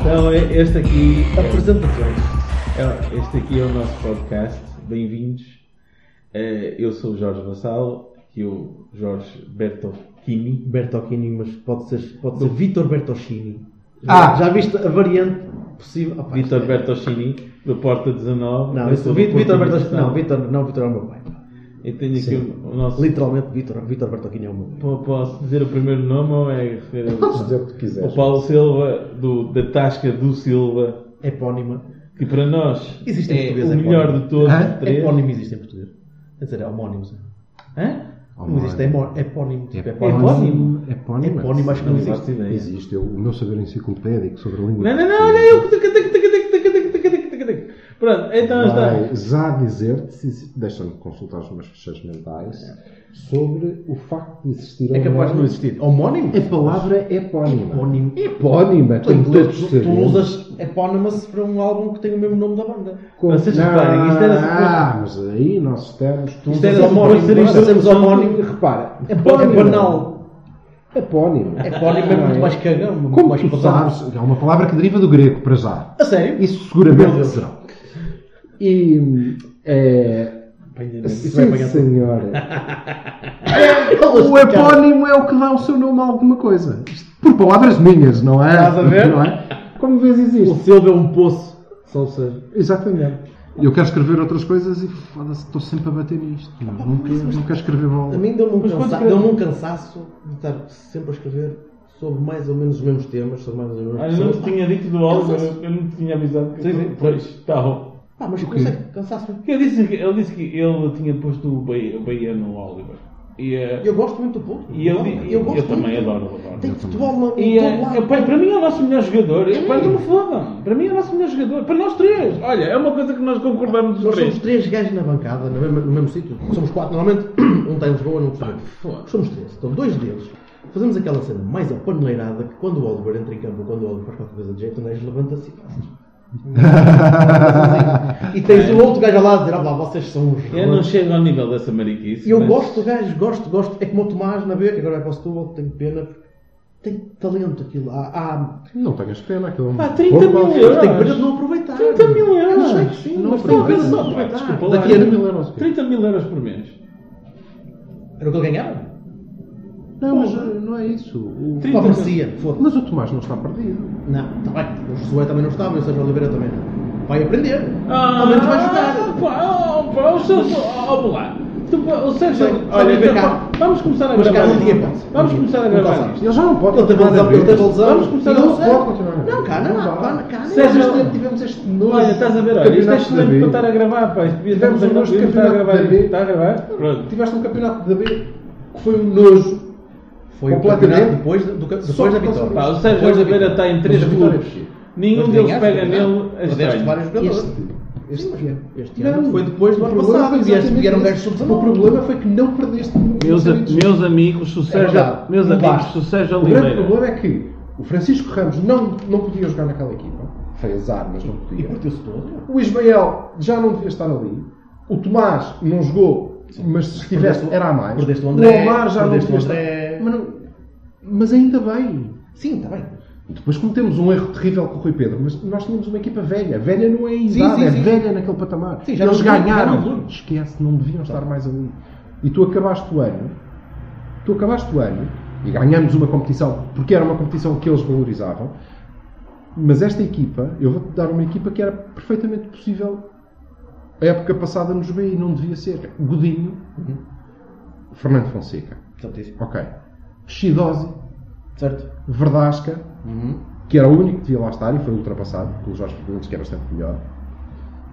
Então, e- este aqui. Apresentações. Este aqui é o nosso podcast. Bem-vindos. Eh, Eu sou o Jorge Vassal, aqui o Jorge Bertocchini. Bertocchini, mas pode ser, pode ser Vitor Bertocchini. Ah! já viste a variante possível? Ah, pá, isto Vitor é- Bertocchini, do Porta 19. Não, Eu sou isso, do Vi- Porto Vitor de Bertocchini. Sal. Não, Vitor, não, Vitor é o meu pai. pá. Eu tenho aqui Sim. o o nosso. Literalmente, Vitor, Vitor Bertocchini é o meu pai. P- Posso dizer o primeiro nome ou é. Podes dizer o que quiseres. O Paulo Silva, do, da Tasca do Silva, É Epónima. que para nós Existe em é português o epónimo. melhor de todos. Hã? os três. Epónimo existe em português. Quer dizer, é homónimo. sim. Hã? Não existe, é mo- epónimo. tipo, Epónimo? Epónimo? Epónimo acho que não Não faço existe. é ideia. Existe. Eu- o meu saber enciclopédico sobre a língua. Não, não, não, olha eu. tuc, tuc, tuc, tuc, tuc, tuc, tuc, tuc, tuc. Pronto, então está. Vai já dizer-te, se existe- deixa-me consultar os meus fecheiros mentais, sobre o facto de existir ou É capaz de não não existir. Homónimo? É A palavra epónima. Epónimo. Epónima, Tu, como todos tu, tu sabemos. usas Epónimas para um álbum que tem o mesmo nome da banda. Como- Vocês Não, reparem, isto era- Ah, mas aí nós estamos... Tu Isto era usas homónimo, epónimo, nós dizemos usamos- homónimo. Repara, É banal. epónima. Epónimo. Epónimo é muito mais cagão, muito Como mais tu pesado. sabes, é uma palavra que deriva do grego, para já. A sério? Isso Meu seguramente Deus. será. E. É, Isso vai sim, apanhar tudo. senhora. Elas O ficaram- epónimo é o que dá o seu nome a alguma coisa. Isto Por palavras minhas, não é? Estás a ver? Não é? Como vês, O existe. Silva é um poço. Só seja. Exatamente. Eu quero escrever outras coisas e foda-se, estou sempre a bater nisto. Não, não, quero, não quero escrever A bola. mim deu-me um, Mas quando cansa... escreve- deu um cansaço de estar sempre a escrever sobre mais ou menos os mesmos temas, sobre mais ou menos Olha, não te pessoas. tinha dito do Oliver, eu- eu não te tinha avisado. que Sim, sim. Pois, está bom. Pá, mas quê? consegue, cansaço. Ele disse, que- ele disse que ele tinha posto o Bahia, o Bahia no Oliver. E, eh, Eu gosto muito do Porto. e ele, eu, di- eu, gosto muito. também adoro o Oliver. Tem futebol no E, todo eh, lado. eu- para, para mim é o nosso melhor jogador. Eu- Pá, não me fodam. Para mim é o nosso melhor jogador. Para nós três. Olha, é uma coisa que nós concordamos os Nós somos três. três gajos na bancada, no mesmo, no mesmo sítio. Somos quatro, normalmente um está em Lisboa, não percebe. Somos três, então dois deles. Fazemos aquela cena mais apaneleirada que quando o Oliver entra em campo ou quando o Oliver faz qualquer coisa de jeito, o gajo levanta-se e faz. e tens o outro gajo lá a dizer: Ah, lá, vocês são uns. Eu não chego ao nível dessa mariquice. E eu mas- gosto do gajo, gosto, gosto. É como o Tomás na B, que agora vai para o Setúbal, tenho pena. porque Tem talento aquilo. Há, há Não tenhas pena, aquilo é um Pá, 30 mil pouco- euros. Mas tem pena de não aproveitar. 30 mil euros. Eu sei que sim, Não mas tem pena de não Pá, aproveitar. desculpa lá. Daqui a 30 mil euros. 30 mil euros por mês. Era o que ele ganhava? Não, mas eh, não é isso. O- Trinta- Pobre Cia, foda-se. Mas o Tomás não está perdido. Não, está bem. O Josué também não estava, e o Sérgio Oliveira também não. Vai aprender. Ah, Ao menos vai jogar. Pá, oh, pá, o Sérgio, oh, vamos lá. Tu, pá, o Sérgio, Sim, sabe, olha, vem então, cá. vamos começar a Mas cá gravar. um dia, isto. pá. vamos Um dia. começar a Nunca gravar sabes. isto. Ele já não pode. Ele teve continuar a lesão, ele ver. teve lesão. Vamos começar Ele a não usar. pode. Não, cá não, Não cá vai. não, cá não. Sérgio- Nós temos- tivemos este nojo. Olha, estás a ver, olha, isto é Campeonato da excelente B. para estar a gravar, pá. Isto é Tivemos devíamos um nojo devíamos estar a campeonato gravar da isto. B. Está a gravar? Pronto. Tiveste um campeonato da B que foi um nojo. Foi o Completamente. campeonato depois, do, depois Só da por causa vitória. disso. Pá, o Depois da Sérgio Oliveira vitória. está em três Mas a vitória clubes. é possível. Nenhum Mas deles ganhaste, pega ganhaste. nele. é Perdeste estranho. vários jogadores. Este ano. Este ano foi depois do ano passado, e vieste- vieram gajos sub-19. O problema foi que não perdeste. Meus, não sabes. meus amigos, se o Sérgio, verdade. meus Não amigos, basta. se o Sérgio O grande Oliveira. problema é que o Francisco Ramos não, não podia jogar naquela equipa. Foi azar, mas não E podia. partiu-se todo. O Ismael já não devia estar ali. O Tomás não jogou, mas se estivesse Perdeste o- era a mais. perdeste o André, Omar já não perdeste o devia André. estar. Mas, não- mas ainda bem. Sim, está bem. Depois cometemos um erro terrível com o Rui Pedro, mas nós tínhamos uma equipa velha. Velha não é em Sim, idade, sim, é sim. velha naquele patamar. Sim, já Eles não deviam, já não ganharam. deviam. Esquece, não deviam estar mais ali. E tu acabaste o ano, tu acabaste o ano, e ganhamos uma competição, porque era uma competição que eles valorizavam, mas esta equipa, eu vou-te dar uma equipa que era perfeitamente possível. A época passada nos BI não devia ser. Godinho, Uhum. Fernando Fonseca, Certíssimo. ok. Chidosi, Certo. Verdasca, Uhum. que era o único que devia lá estar e foi ultrapassado pelo Jorge Fernandes, que é bastante melhor.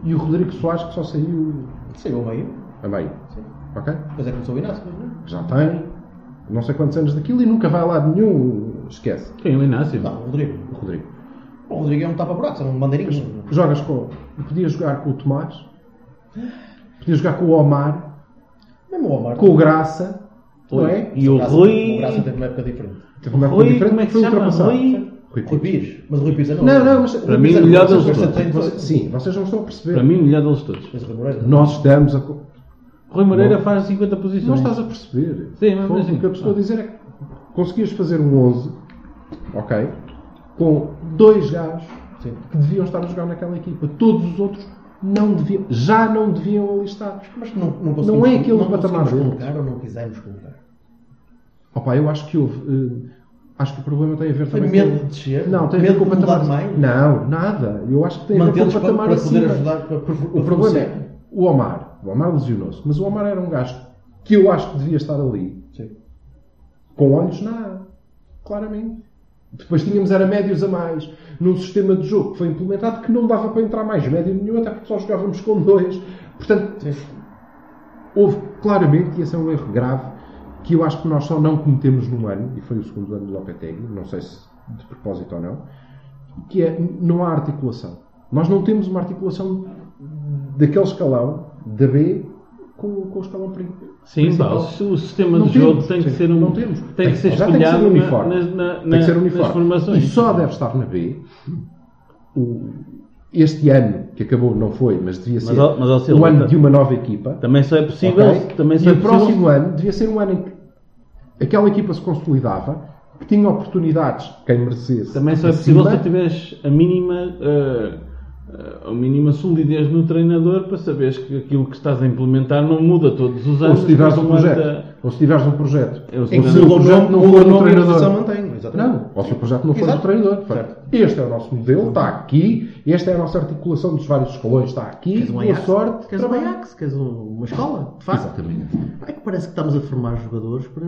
E o Rodrigo Soares, que só saiu Saiu ao meio. a meio. Sim. Ok? Mas é que começou o Inácio, mas não. Já tem não sei quantos anos daquilo e nunca vai a lado nenhum, esquece. Quem? é O Inácio? Não, o Rodrigo. O Rodrigo. O Rodrigo é um tapa-buracos, é um bandeirinho. Jogas com. Podia jogar com o Tomás, podia jogar com o Omar, Mesmo o Omar. com o Graça, não Pois. é? E o Graça- Rui- O Graça teve uma época diferente. Teve uma época Rui, diferente, como é que foi se chama? ultrapassado. Rui? Rui Rui Pinto. Pires. Mas o Rui Pires é novo. Não, não, mas. Para mim, o melhor deles Mas todos. tem- Vocês- Sim, vocês não estão a Para perceber. mim, o melhor deles todos. Mas o é Rui Moreira. Nós estamos a. co- Rui Moreira faz 50 posições. Não estás a perceber. Sim, mas Foi assim, O que eu te estou a ah. dizer é que conseguias fazer um 11, ok? Com dois gajos Sim. que deviam estar a jogar naquela equipa. Todos os outros não deviam, já não deviam ali estar. Mas que não, não conseguimos. Não é aquele não patamar conseguimos dele. colocar ou não quisemos colocar. Opa, eu acho que houve. eh, acho que o problema tem a ver Foi também medo com. de descer? Não, tem a ver medo com o de mudar patamar. mais? Não, nada. Eu acho que tem a ver com o Mantê-los para- patamar para poder acima. ajudar, para- para o problema fornecer. é o Omar. O Omar lesionou-se, mas o Omar era um gajo que eu acho que devia estar ali, Sim. com olhos na A, claramente. Depois tínhamos era médios a mais, num sistema de jogo que foi implementado que não dava para entrar mais médio nenhum, até porque só jogávamos com dois. Portanto, É houve claramente, e esse é um erro grave, que eu acho que nós só não cometemos num ano, e foi o segundo ano do Lopetegui, não sei se de propósito ou não, que é não há articulação. Nós não temos uma articulação daquele escalão, da B, com, com o escalão prim- Sim, pá, principal. o, o sistema Não de jogo temos, tem que sim, ser um. não temos. Tem que ser já tem que ser um espelhado na, uniforme. na, na, tem que ser nas uniforme. E formações. só deve estar na B. o- este ano, que acabou, não foi, mas devia ser ao- mas ao o Silva, ano tá- de uma nova equipa. Também só é possível. Ok? Também e só é o possível- próximo ano devia ser um ano em que aquela equipa se consolidava, que tinha oportunidades, quem merecesse. Também só é acima, possível se tu tiveres a mínima, eh, eh, a mínima solidez no treinador para saberes que aquilo que estás a implementar não muda todos os ou anos. se tiveres um consoante projeto. Ou se tiveres um projeto. Eu Ou sei. se o projeto não for do treinador. mantém. Exatamente. Não, ou se o projeto não for do Exato. treinador. Foi, Certo. Este é o nosso modelo, está aqui, esta é a nossa articulação dos vários escalões, está aqui, Queres um boa Ajax? sorte, Queres um trabalha. Ajax? Queres um- uma escola? De facto. Exatamente. É que parece que estamos a formar jogadores para,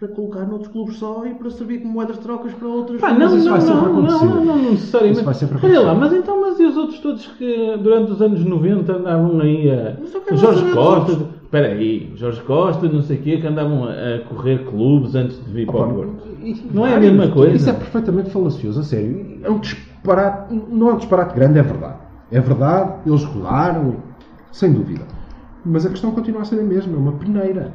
para colocar noutros clubes só e para servir como moedas de trocas para outros. Pá, não, Mas isso não, vai sempre não, não, acontecer. não, não necessariamente. Isso vai sempre Olha lá, acontecer. mas então, mas e os outros todos que durante os anos 90 andavam aí a. Mas eu O quero Jorge saber dos Costa. outros. Espera aí, Jorge Costa, não sei o quê, que andavam a, a correr clubes antes de vir para o Porto. Não é a mesma coisa? Isso é perfeitamente falacioso, a sério. É um disparate, não é um disparate grande, é verdade. É verdade, eles rolaram, sem dúvida. Mas a questão continua a ser a mesma, é uma peneira.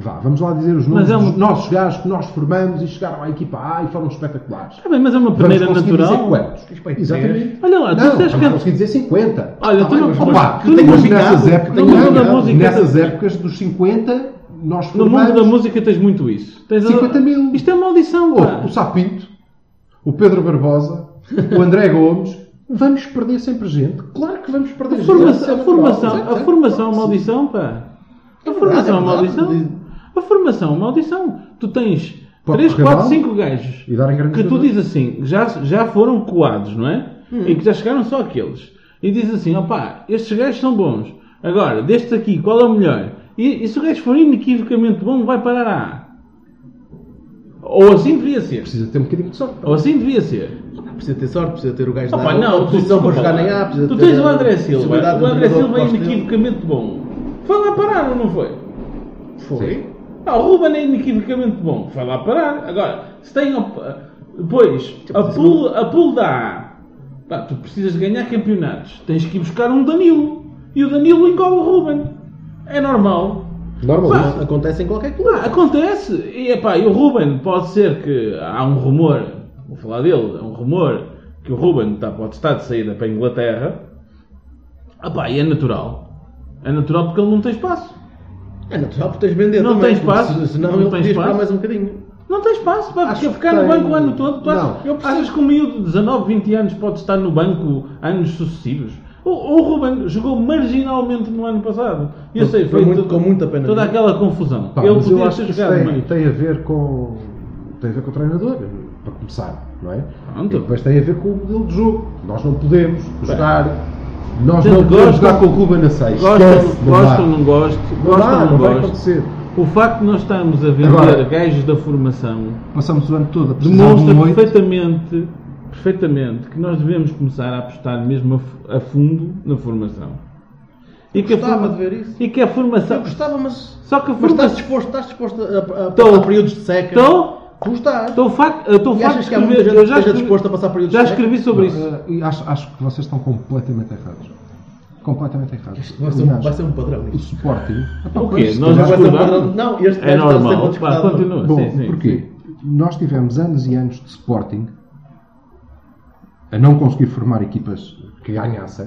Vá, vamos lá dizer os nomes Mas é um- dos nossos gajos que nós formamos e chegaram à equipa A e foram espetaculares. Ah, bem, mas é uma Vamos peneira conseguir natural. dizer Diz para aí quantos? três. Exatamente. Olha lá, tu não, disseste vamos que- conseguir dizer 50. Olha, tu bem, não- mas, mas opá, tu não mas combinado. nessas épocas, No mundo da não, música- nessas épocas dos 50, nós No formamos... mundo da música tens muito isso. Tens a- 50 mil. Isto é uma audição, pá. Ou o Sapinto, o Pedro Barbosa, o André Gomes, vamos perder sempre gente. Claro que vamos perder A gente. formação, Isso a é formação, natural. a formação é uma audição, pá. A formação é uma verdade. audição. A formação é uma audição. Tu tens Pode 3, correr 4, mal 5 gajos E é darem grandes que tu jogadores. dizes assim, já, já foram coados, não é? Hum. E que já chegaram só aqueles. E dizes assim, opá, estes gajos são bons. Agora, destes aqui, qual é o melhor? E, e se o gajo for inequivocamente bom, vai parar a A. Ou assim devia ser. Precisa ter um bocadinho de sorte. Ou assim devia ser. Precisa ter sorte, precisa ter o gajo Opa, não, tu, posição para desculpa jogar lá. nem A. precisa Tu ter tens o a André Silva. possibilidade O do André jogador Silva é que gosta dele. inequivocamente bom. Foi lá parar ou não foi? Foi. Ah, o Ruben é inequivocamente bom. Foi lá parar. Agora, se tem. op- Depois, Tipo, a pool, a pool da A. Pá, tu precisas de ganhar campeonatos. Tens que ir buscar um Danilo. E o Danilo engole o Ruben. É normal. Normal. Não, Acontece em qualquer clube. Pá, acontece. E, epá, e o Ruben pode ser que há um rumor, vou falar dele, há um rumor que o Ruben está, pode estar de saída para a Inglaterra. Epá, e é natural. É natural porque ele não tem espaço. É natural porque tens de vender Não também. tens porque espaço. se- Senão Não ele tens podia esperar espaço. mais um bocadinho. Não tem espaço, pá, Acho porque que ficar no tem- banco o ano todo. Tu Não. achas, eu achas que um miúdo de 19, 20 anos pode estar no banco anos sucessivos? O, o Ruben jogou marginalmente no ano passado. E eu Foi- sei, foi muito- com muita pena. Toda aquela confusão. Pá, ele mas eu podia acho ter que isso jogado tem, mais. tem a ver com. Tem a ver com o treinador, para começar, não é? Pronto. E depois tem a ver com o modelo de jogo. Nós não podemos jogar. Nós Portanto, não podemos Então, gostam- jogar com o Cuba na 6. Gostam, Esquece, não gostam, dá. não gosto, Não gostam, dá, não, não vai é gosto. acontecer. O facto de nós estarmos a vender Agora- gajos da formação Passamos o ano todo a precisar de demonstra um 8. perfeitamente, perfeitamente que nós devemos começar a apostar mesmo a, fu- a fundo na formação. E que, a gostava forma- de ver isso. e que a formação. Eu gostava, mas. Só que a Mas estás formação. disposto, estás disposto a, a, a Tô. passar períodos de seca? Tô. Tu estás. Estou facto. Estou E facto de achas que há muita escrever. gente Eu que esteja já escrevi, disposta a passar períodos já de seca? escrevi sobre isso. Eh, e acho, acho que vocês estão completamente errados. Completamente errados. Vai ser, um, Aliás, vai ser um padrão o isto. Sporting. Epá, O quê? pois, Não Nós vai ser um discordamos? padrão. Não, este É gajo está sempre normal. Pá, discordado. continua. Bom, Sim, sim, porquê? Nós tivemos anos e anos de Sporting a não conseguir formar equipas que ganhassem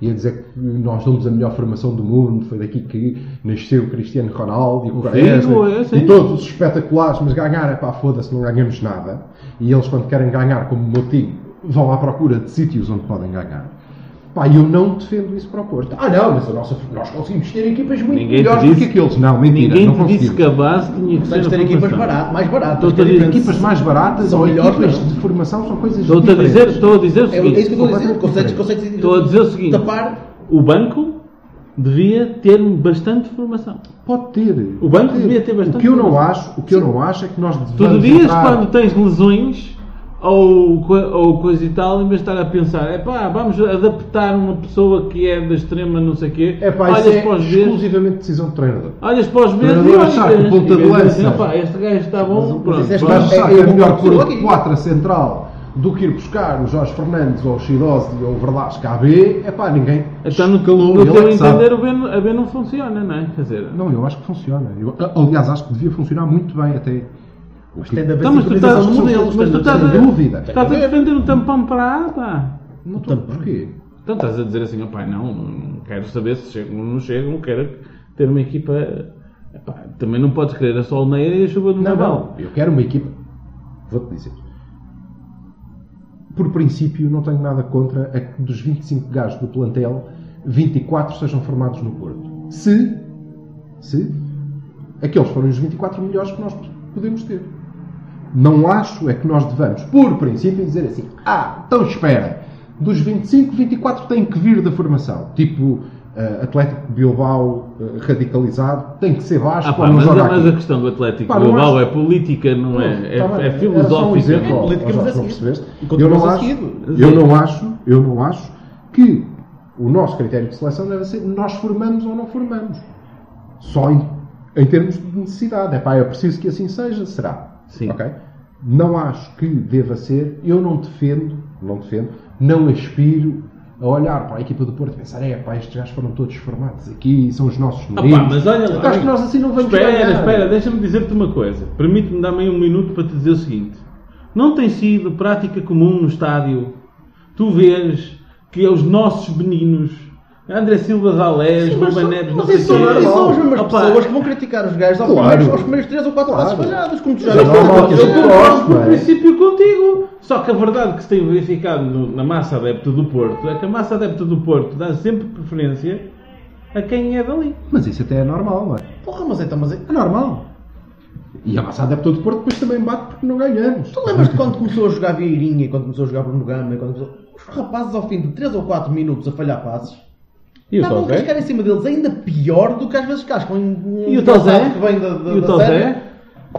e a dizer que nós somos a melhor formação do mundo, foi daqui que nasceu o Cristiano Ronaldo e o O Quaresma Figo, é, sim. e todos os espetaculares, mas ganhar é pá, foda-se, não ganhamos nada. E eles quando querem ganhar, como o meu time, vão à procura de sítios onde podem ganhar. Pá, eu não defendo isso para o Porto. Ah não, mas a nossa, nós conseguimos ter equipas muito Ninguém te melhores do que disse- aqueles. Não, mentira, Ninguém não te disse conseguimos. que a base tinha que ser. Tens de a ter equipas formação. baratas, mais baratas. Estou-te a dizer, equipas mais baratas São ou melhores, equipas não. de formação são coisas Estou-te a dizer, diferentes. estou a dizer o É, é isso que eu seguinte. estou a dizer. Consegues, consegues Estou a dizer o seguinte. tapar. O banco devia ter bastante formação. Pode ter. O banco Pode devia ter bastante O que eu não formação. acho, o que eu não acho é que nós devemos Tu devias, entrar- quando tens lesões ou, co- ou coisa e tal, em vez de estar a pensar, é pá, vamos adaptar uma pessoa que é da extrema não sei o quê, é pá, olhas isso é para os verdes, exclusivamente decisão do treinador. olhas para os verdes e Treinador olhas achar para que o este, ponta e de vês lança- assim, "Opá, este gajo está bom, pronto, disseste Tu vamos." vais é- achar é que é uma melhor pôr pessoa o aqui. 4 a central do que ir buscar o Jorge Fernandes ou o Xidose ou o Verdasco à B, é pá, ninguém. Então, no, escalou, no ele teu é que sabe. entender, o B, não- a B não funciona, não é? Quer dizer, Não, eu acho que funciona. Eu, aliás, acho que devia funcionar muito bem até. O Tem de haver Então, mas tu estás- sincronização de modelos. mas tu tem de estás haver- a- Sem dúvida. Tem estás a a ver. defender um tampão para A, pá. Não estou. Porquê? Então estás a dizer assim, opá, não, não quero saber se chegam ou não chegam, quero ter uma equipa. Epá, também não podes querer a Solneira e a chuva do Não, Naval. não. Eu quero uma equipa. Vou-te dizer. Por princípio, não tenho nada contra a que dos 25 gajos do plantel, 24 sejam formados no Porto. Se. Se. Aqueles forem os 24 melhores que nós podemos ter. Não acho é que nós devamos, por princípio, dizer assim: ah, então espera, dos 25, 24 têm que vir da formação. Tipo, eh, Atlético de Bilbao eh, radicalizado, tem que ser baixo Ah, para pá, não mas, jogar. a- mas aqui. a questão do Atlético Pá, não Global acho- é política, não é? É, Tá bem, é era só um filosófica. exemplo, É política, ó, mas ó, é Jorge, não seguido. percebeste? E Eu continua a não ser acho, seguido. eu não acho, eu não acho que o nosso critério de seleção deve ser nós formamos ou não formamos. Só em, em termos de necessidade. É pá, eu preciso que assim seja, será? Sim. Ok? Não acho que deva ser, eu não defendo, não defendo, não aspiro a olhar para a equipa do Porto e pensar, é pá, estes gajos foram todos formados aqui, são os nossos Ah, meninos. pá, mas olha lá. Acho que nós assim não vamos Espera, ganhar. espera, deixa-me dizer-te uma coisa. Permite-me dar-me aí um minuto para te dizer o seguinte. Não tem sido prática comum no estádio tu vês que é os nossos meninos, André Silva Zalés, Mas Ruben são- Neves, não mas sei isso quê. são- o isso quê. são as mesmas Opa. pessoas que vão criticar os gajos aos, Claro. primeiros, aos primeiros 3 ou 4 passos Claro. falhados, como tu já Mas é disseste. normal que Eu isso- concordo Gosto, no é. princípio contigo. Só que a verdade que se tem verificado no- na massa adepta do Porto é que a massa adepta do Porto dá sempre preferência a quem é dali. Mas isso até é normal, não é? Porra, mas então, mas é- É normal. E a massa adepta do Porto depois também bate porque não ganhamos. Tu lembras de quando começou a jogar Vieirinha, quando começou a jogar Bruno Gama, quando começou... Os rapazes ao fim de 3 ou 4 minutos a falhar passes, E o estavam a Tozé? cascar em cima deles ainda pior do que às vezes cascam. em- em- E o Tozé? que vem da, da, E o da Tozé? série.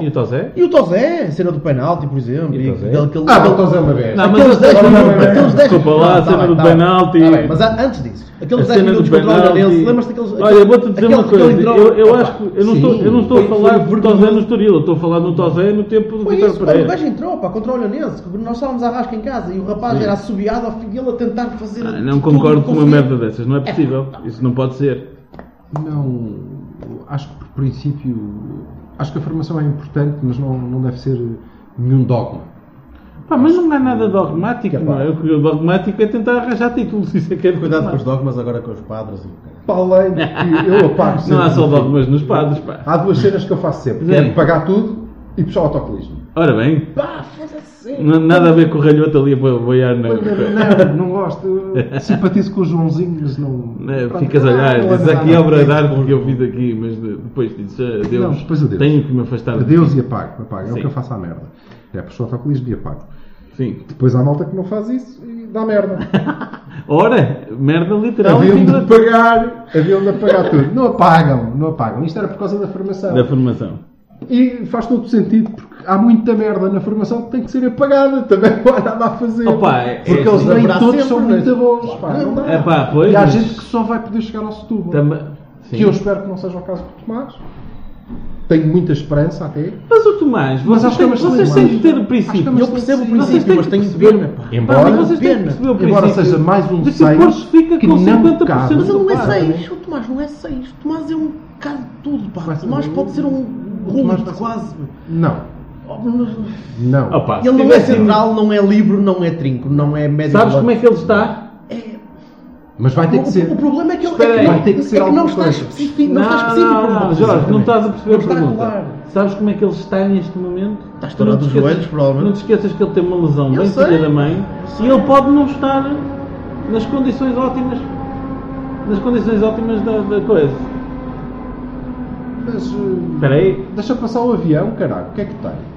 E o Tozé? E o Tozé, a cena do penalti, por exemplo. E o Tozé? aquele- Ah, voltou a uma vez. Não, mas Aqueles eu- 10 Não, não, minutos, não, não. aqueles 10 Desculpa minutos. lá, a Tá cena bem, do tá bem. penalti. Tá bem, mas a- antes disso, aqueles 10 minutos que o Tozé penalti. nele, lembras-te daqueles. Olha, vou-te dizer aquele- uma coisa. aquele entrou- Eu, eu Opa, acho que eu não, sim. estou, eu não estou a Foi- foi falar do vergonhoso. Tozé no Estoril, eu estou a falar no Tozé no tempo do Foi Vitor isso, quando o Pereira. gajo entrou, pá, contra o Olhanense, que nós estávamos à rasca em casa e o rapaz era assobiado ao fim dele a tentar fazer. Ah, Não tudo concordo que com uma conseguia. merda dessas, não é possível. Isso não pode ser. Não, acho que por princípio, acho que a formação é importante, mas não, não deve ser nenhum dogma. Pá, mas não há nada dogmático, Que é pá. não é? O que é dogmático é tentar arranjar títulos, isso é que é Cuidado com os dogmático. dogmas, agora com os padres e o caralho. Para além de que eu apago sempre Não há só no fim. dogmas nos padres, pá. Há duas cenas que eu faço sempre, que Sim. é pagar tudo e puxar o autocolismo. Ora bem, Pá, foda-se! n- nada a ver com o ralhoto ali a boiar na... é. Não, não gosto. Eu Simpatizo com o Joãozinho, mas não. Né, Pronto, Ficas a olhar, não dizes anda aqui é nada. obra de arte que eu fiz aqui, mas de- depois dizes adeus, Não, depois adeus. tenho que me afastar de Adeus e apago, apago. É o Sim. que eu faço à merda. É puxo o autocolismo e apago. Sim. Depois há malta que não faz isso e dá merda. Ora, merda literal haviam figura- de pagar, haviam de pagar tudo. Não apagam, não apagam. Isto era por causa da formação. da formação. E faz todo sentido, porque há muita merda na formação que tem que ser apagada, também não há nada a fazer. Opa, é- porque é- eles nem haverá todos sempre, são né? muito bons. Claro pá, que não não. dá. É pá, pois, e há mas- gente que só vai poder chegar ao Setúbal. Tama- sim. Que eu espero que não seja o caso do Tomás. Tenho muita esperança até. Mas o Tomás, vocês, acho que têm, é uma excelente vocês têm imagem. de ter o Acho que é princípio. uma Eu percebo o têm Vocês que princípio, mas tenho de perceber. ver, pá. Pá, mas Embora, vocês têm que pena. perceber o princípio. embora seja mais um de que 100 Porto fica que um com não 50% cabe. do Mas ele não Claro, é também. 6, o Tomás não é 6. O Tomás é um bocado de tudo, pá. Mas o Tomás também- pode ser um Tomás Hulk não- quase. Não, Oh, mas- não. Opa, se Ele não é tivesse- central, não é livre, não é trinco, não é médio. Sabes como é que ele está? Mas vai ter que O, ser. o problema é que ele Espera é aí. que, Vai ter que ser é que não alguma está coisa. específico. Não, está específico não, para não, nós, Jorge, não exatamente. estás a perceber a Não está pergunta. claro. Sabes como é que ele está neste momento? Está estourado Tu não te dos esqueças- joelhos, provavelmente. Não te esqueças que ele tem uma lesão Eu bem sei. filha da mãe e ele pode não estar nas condições ótimas nas condições ótimas da, da coisa. é Mas, uh, Espera aí. Deixa passar o avião, caralho. O que é que tem?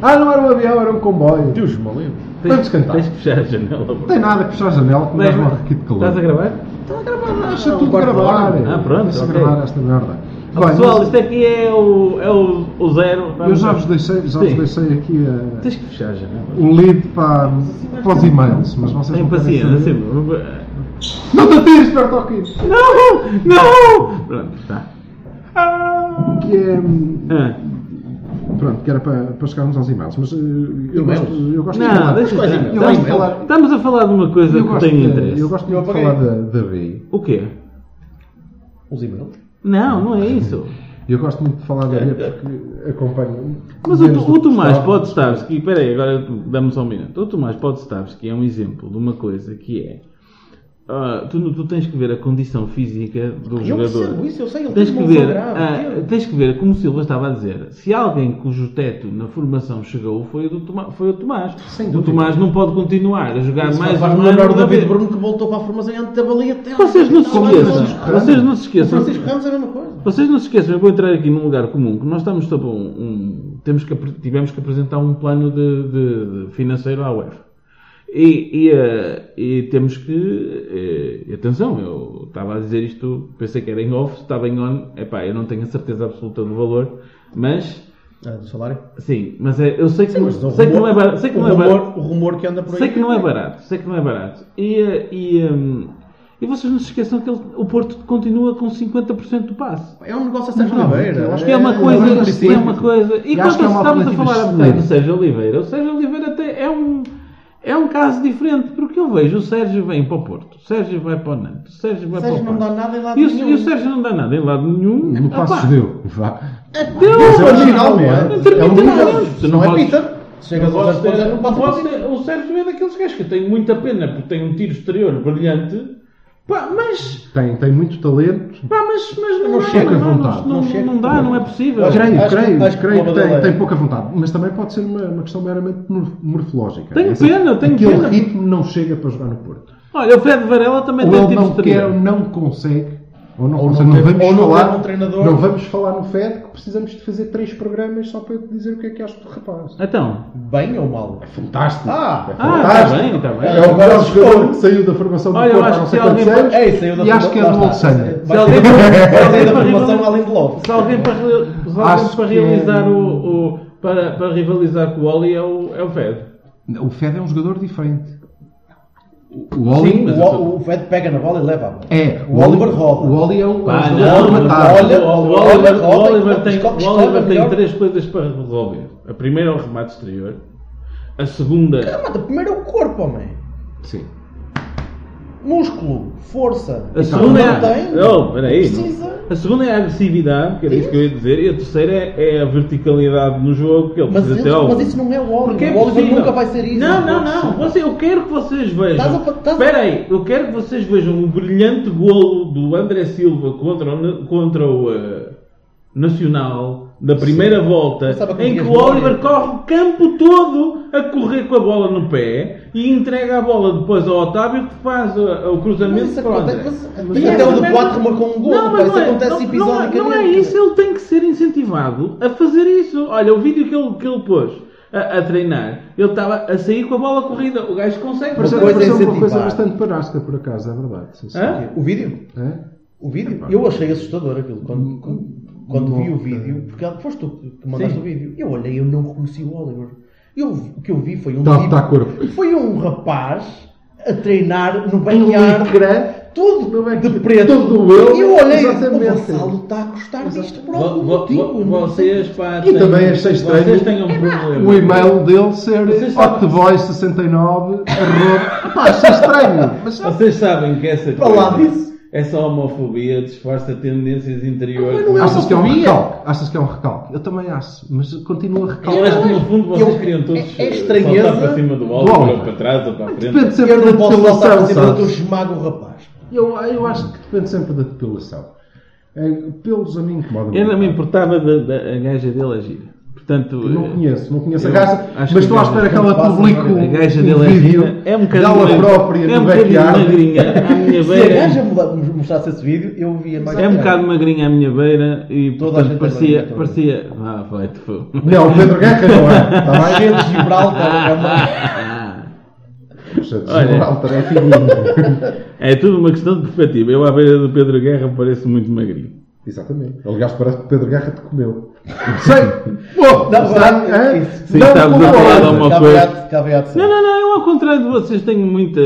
Ah, não era um avião, era um comboio. Deus me livre. Vamos cantar. Tens que fechar a janela. Não tem nada que fechar a janela que me Bem, dás morre aqui de calor. Estás a gravar? Está a gravar, Deixa acha tudo gravar. Ah, pronto, Deixa ok. gravar esta merda. Ah, Bem, Pessoal, mas isto aqui é o, é o, o zero. eu já vos deixei, já vos Sim. deixei aqui eh, Tens que fechar a janela. um lead para, para os e-mails, mas vocês Tem não querem paciência, saber. sempre. Não te atires, um perto ao Cristo! Não! Não! Pronto, está. Que é... hum, Ah, Pronto, que era para, para chegarmos aos e-mails, mas eh, eu, E-mails? gosto, eu gosto de não, falar... deixa mas quais estar. e-mails? Eu gosto de Estamos, falar... estamos a falar de uma coisa Eu que gosto, tem de- interesse. eu gosto muito de Ok. falar da, da B. O quê? Os e-mails. Não, não é Uhum. isso. Eu gosto muito de falar da B porque acompanho. Mas o, menos do o que Tomás gostava. Podstavski, espera aí, agora dá-me só um minuto. O Tomás Podstavski é um exemplo de uma coisa que é. ah, tu, não- tu tens que ver a condição física do Ah, Eu jogador. percebo isso, eu sei, ele Tens tem que, uma ver, lesão grave, ah, entendo. tens que ver, como o Silva estava a dizer, se alguém cujo teto na formação chegou foi o, do Toma- foi o Tomás. Sem o dúvida. Tomás não pode continuar a jogar Isso mais um faz-me ano. lembrar o da David vez. é Bruno que voltou para a formação e antes da baleia até. Vocês não se Estava esqueçam. lá. Ramos. Vocês não se O esqueçam. Francisco Ramos é a mesma coisa. Vocês não se esqueçam, eu vou entrar aqui num lugar comum, que nós estamos sob um. um- temos que, apre- tivemos que apresentar um plano de, de- de financeiro à UEFA. E, e, eh, e temos que. eh, e atenção, eu estava a dizer isto, pensei que era em off, estava em on, epá, eu não tenho a certeza absoluta do valor, mas. Ah, do salário? Sim, mas é- eu sei que, não- Mas o sei que não rumor- é barato. Sei que o não é rumor- barato. O rumor que anda por aí. Sei que não é barato, sei que não é barato. E, eh, e, hum, e vocês não se esqueçam que ele- o Porto continua com 50% do passe. É um negócio a Sérgio Não, Oliveira. eu acho Acho que é uma coisa, mas que é uma coisa. E Eu quando acho que é uma estávamos a alternativa falar há bocado excelente. do Sérgio Oliveira, o Sérgio Oliveira até é um é um caso diferente, porque eu vejo o Sérgio vem para o Porto, o Sérgio vai para o Nantes, o Sérgio vai Sérgio para o não Porto. dá nada em lado e, o, nenhum. e o Sérgio não dá nada em lado nenhum. No Ah, passo pá, deu. Vá. Deu, Mas é mas original, não não é? é? Não termina É um nada. nível. Tu Não, é podes- Peter. Chegas ao Podes Sérgio ter- Oliveira, não passa por cima. podes- O Sérgio é daqueles gajos que eu tenho muita pena porque tem um tiro exterior brilhante, pá, mas. Tem, tem muito talento. Pá, mas, mas não, Não dá, chega à não, vontade, não, não não, chega. não dá, não é possível. Acho- Creio, acho que- creio, acho que creio que o Badalé. tem, tem pouca vontade. Mas também pode ser uma, uma questão meramente mor- morfológica. Tenho É assim, pena, tenho aquele pena. É ritmo não chega para jogar no Porto. Olha, o Fred Varela também Ou tem ele tiro não quer, um exterior. ou não consegue. Ou não, Ou consegue. não Não, tem- vamos ou não tem falar, um treinador. não vamos falar no FED que precisamos de fazer três programas só para eu te dizer o que é que acho do rapaz. Então. Bem ou mal? Fantástico. Ah, é Ah, fantástico. está bem, está bem. É o melhor jogador que saiu da formação do Olha, eu Porto há acho não que sei se alguém- quantos anos. É isso, saiu da E acho que é do lá está. Alexandre. Vai Se sair- alguém- vai sair da se alguém- formação é além de Love. Se alguém para, re- se alguém Acho para que é- realizar o, o- para, para rivalizar com o Oli é o, é o Fed. O Fed é um jogador diferente. O Oli Sim, mas- O, o, o Fed pega na bola e leva. é. O Oliver roda. O Oli é um Pá, um Ah, não, jogador mas tá. matado. olha- o o Oliver, Oliver- o Oliver tem, Scott- o Oliver Scott tem melhor. três coisas para resolver. A primeira é o remate exterior. A segunda, Ah, mas primeiro é o corpo, homem. Sim. Músculo, força. a segunda é não a, tem. não, peraí, Precisa. a segunda é a agressividade, que era isso que eu ia dizer, e a terceira é, é a verticalidade no jogo que ele Mas, precisa eles- ter alguma. mas isso não é o Oliver. Porque é o Oliver possível. nunca vai ser isso. Não, não, pode ser. não. Você- eu quero que vocês Estás vejam. a fa- estás a- Espera aí. Eu quero que vocês vejam o brilhante golo do André Silva contra o, Na- contra o eh, Nacional da primeira volta Pensava é que em que tinhas o Oliver memória. corre o campo todo a correr com a bola no pé e entrega a bola depois ao Otávio que faz eh, o Mas cruzamento isso para o André. acontece. mas- Mas E é até o uma de merda. 4 marcou um gol. assim. Não, mas isso não é- acontece não- não é- episodicamente. Não é isso, ele tem que ser incentivado a fazer isso. Olha, o vídeo que ele, que ele pôs a, a treinar, ele estava a sair com a bola corrida. O gajo consegue. Mas Uma é coisa é uma coisa incentivar. bastante parasca, por acaso, é verdade. Sim, sim. Hã? O vídeo? É? O vídeo? Eu achei assustador aquilo. Quando, quando, quando vi o Nunca. vídeo, porque foste tu que mandaste Sim. o vídeo, eu olhei, eu não reconheci o Oliver. Eu, o que eu vi foi um Tá- tipo- tá corpo. foi um rapaz a treinar um no Em backyard, licra, tudo No backyard, de preto. é todo eu, E eu olhei, exatamente. assim." o Gonçalo está a gostar disto por Vo- algum vo- motivo. vo- não sei. vocês, pá, E também achei estranho Vocês têm um É problema. o e-mail dele ser Vocês é- sabem- hotboy69 arroba. Pá, achei é estranho. Mas Vocês sabem que essa Para lá coisa- disso. Essa homofobia disfarça tendências interiores. não é achas que é um homofobia. recalque? Achas que é um recalque? Eu também acho, mas continua a Eu acho que no recalque. fundo vocês Eu- queriam todos é- é eh, estranheza saltar para cima do do alto, alto. ou para trás, ou para a frente. Depende sempre Eu da não posso depilação, saltar para cima sabes? do esmago o rapaz. Eu, eu acho que depende sempre da depilação. É, pelos a mim incomoda Eu não me importava da, da a gaja dele agir. Portanto, Não eh, conheço, não conheço Eu a gaja, acho mas que estou à a gaja- espera que ela passa publique agora, um, a gaja um dela é vídeo fina, é um bocadinho dela magro- própria é um no bocadinho backyard. magrinha à minha Se a gaja beira. muda- mostrasse esse vídeo, eu via mais É um bocado magrinha à minha beira e Toda a gente é portanto parecia. magrinha parecia ah, vai te fogo. Não, o Pedro Guerra não é. Está A bem? gente de Gibraltar é uma... Puxa, Olha. Gibraltar é fininho. É tudo uma questão de perspectiva. Eu à beira do Pedro Guerra pareço muito magrinho. Exatamente. Aliás, parece que o Pedro Guerra te comeu. Não sei. Pô, Não, sabe, não, é? isso. Sim, Não estamos como a falar de olha. uma- Caveado, caveado. Não, não, não, eu ao contrário de vocês tenho muita.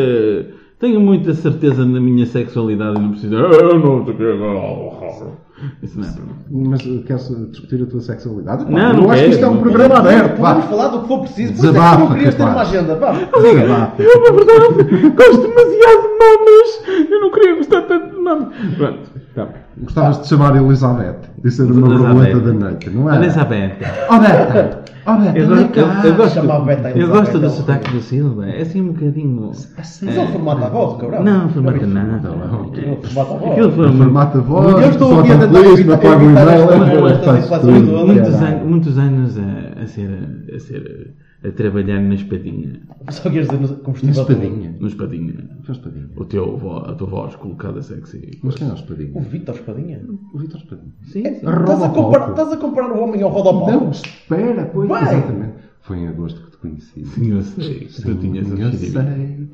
Tenho muita certeza na minha sexualidade e não preciso. "Ah, Eu não sei o que. oh, Isso não é para mim. Mas uh, queres uh, discutir a tua sexualidade? Pá, Não, eu não acho quero, que isto é um não programa quero. aberto. Vamos Vá. falar do que for preciso. Por isso é que Desabafa, não querias ter uma rapaz. agenda. Vá. Desabafa. Eu, na É verdade, gosto demasiado de mamas. Eu não queria gostar tanto de mamas. Pronto, tá bem. Gostavas de chamar Elizabeth. De ser uma Elizabeth. borboleta da noite, não é? Elizabeth. Odeta. Odeta, Eu, vem gosto- eu, eu cá. gosto, chamava Beta eu gosto Elizabeth, do ela sotaque do Silva. É assim um bocadinho. Ah, Mas é o formato da voz, cabrão. Não, formata Não, nada. É o formato da Aquilo voz. foi uma. Formata a voz, Eu estou só aqui a tentar teclas, evitar- apaga o evitar e-mail, esta- apaga, esta faz situação tudo, é. toda. caralho. Muitos, an muitos anos a, a ser. A, a ser a trabalhar na espadinha. Só queres dizer no Uma combustível do espadinha. Na espadinha. Uma espadinha. O teu, vo- a tua voz colocada sexy. Mas quem é o espadinha? O Vitor Espadinha. O Vitor Espadinha. Sim, sim. Estás a, Rodopalco. comparar, estás a comparar o homem ao Rodopó? Não, espera, pois. Oh. Vai. Exatamente. Foi em agosto que te conheci. Sim, eu sei. que Tu tinhas eu esse sei. feeling.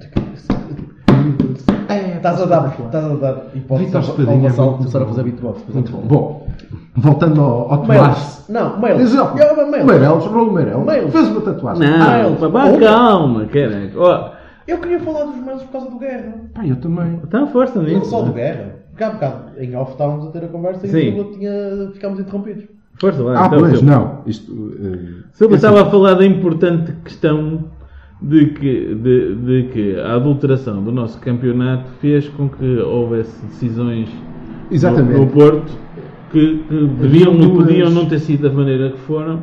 É, Estás a dar, estás a dar hipótese Vitor ao ao Espadinha. é Gonçalo muito começar a bom. fazer beatbox. por Muito exemplo. bom. Bom, voltando ao, ao Tomás. Mails. Não, mails. Exato. É uma mail. Meireles, Raul Meireles. Meireles. Fez uma tatuagem. Ah, Não, Ah, papá, outra. calma, caraca. Ó, Eu queria falar dos mails por causa do Guerra. pá, Ah, eu também. Então força Não nisso. só do né? Guerra. Porque há bocado em off estávamos a ter a conversa Sim. e o Silva tinha... ficámos interrompidos. Força lá. Ah, então, pois, Silva. não. Isto. eh, Silva é estava a falar da importante questão de que, de, de que a adulteração do nosso campeonato fez com que houvesse decisões assim. Exatamente. No, no Porto que, que deviam, Havia duas- podiam não ter sido da maneira que foram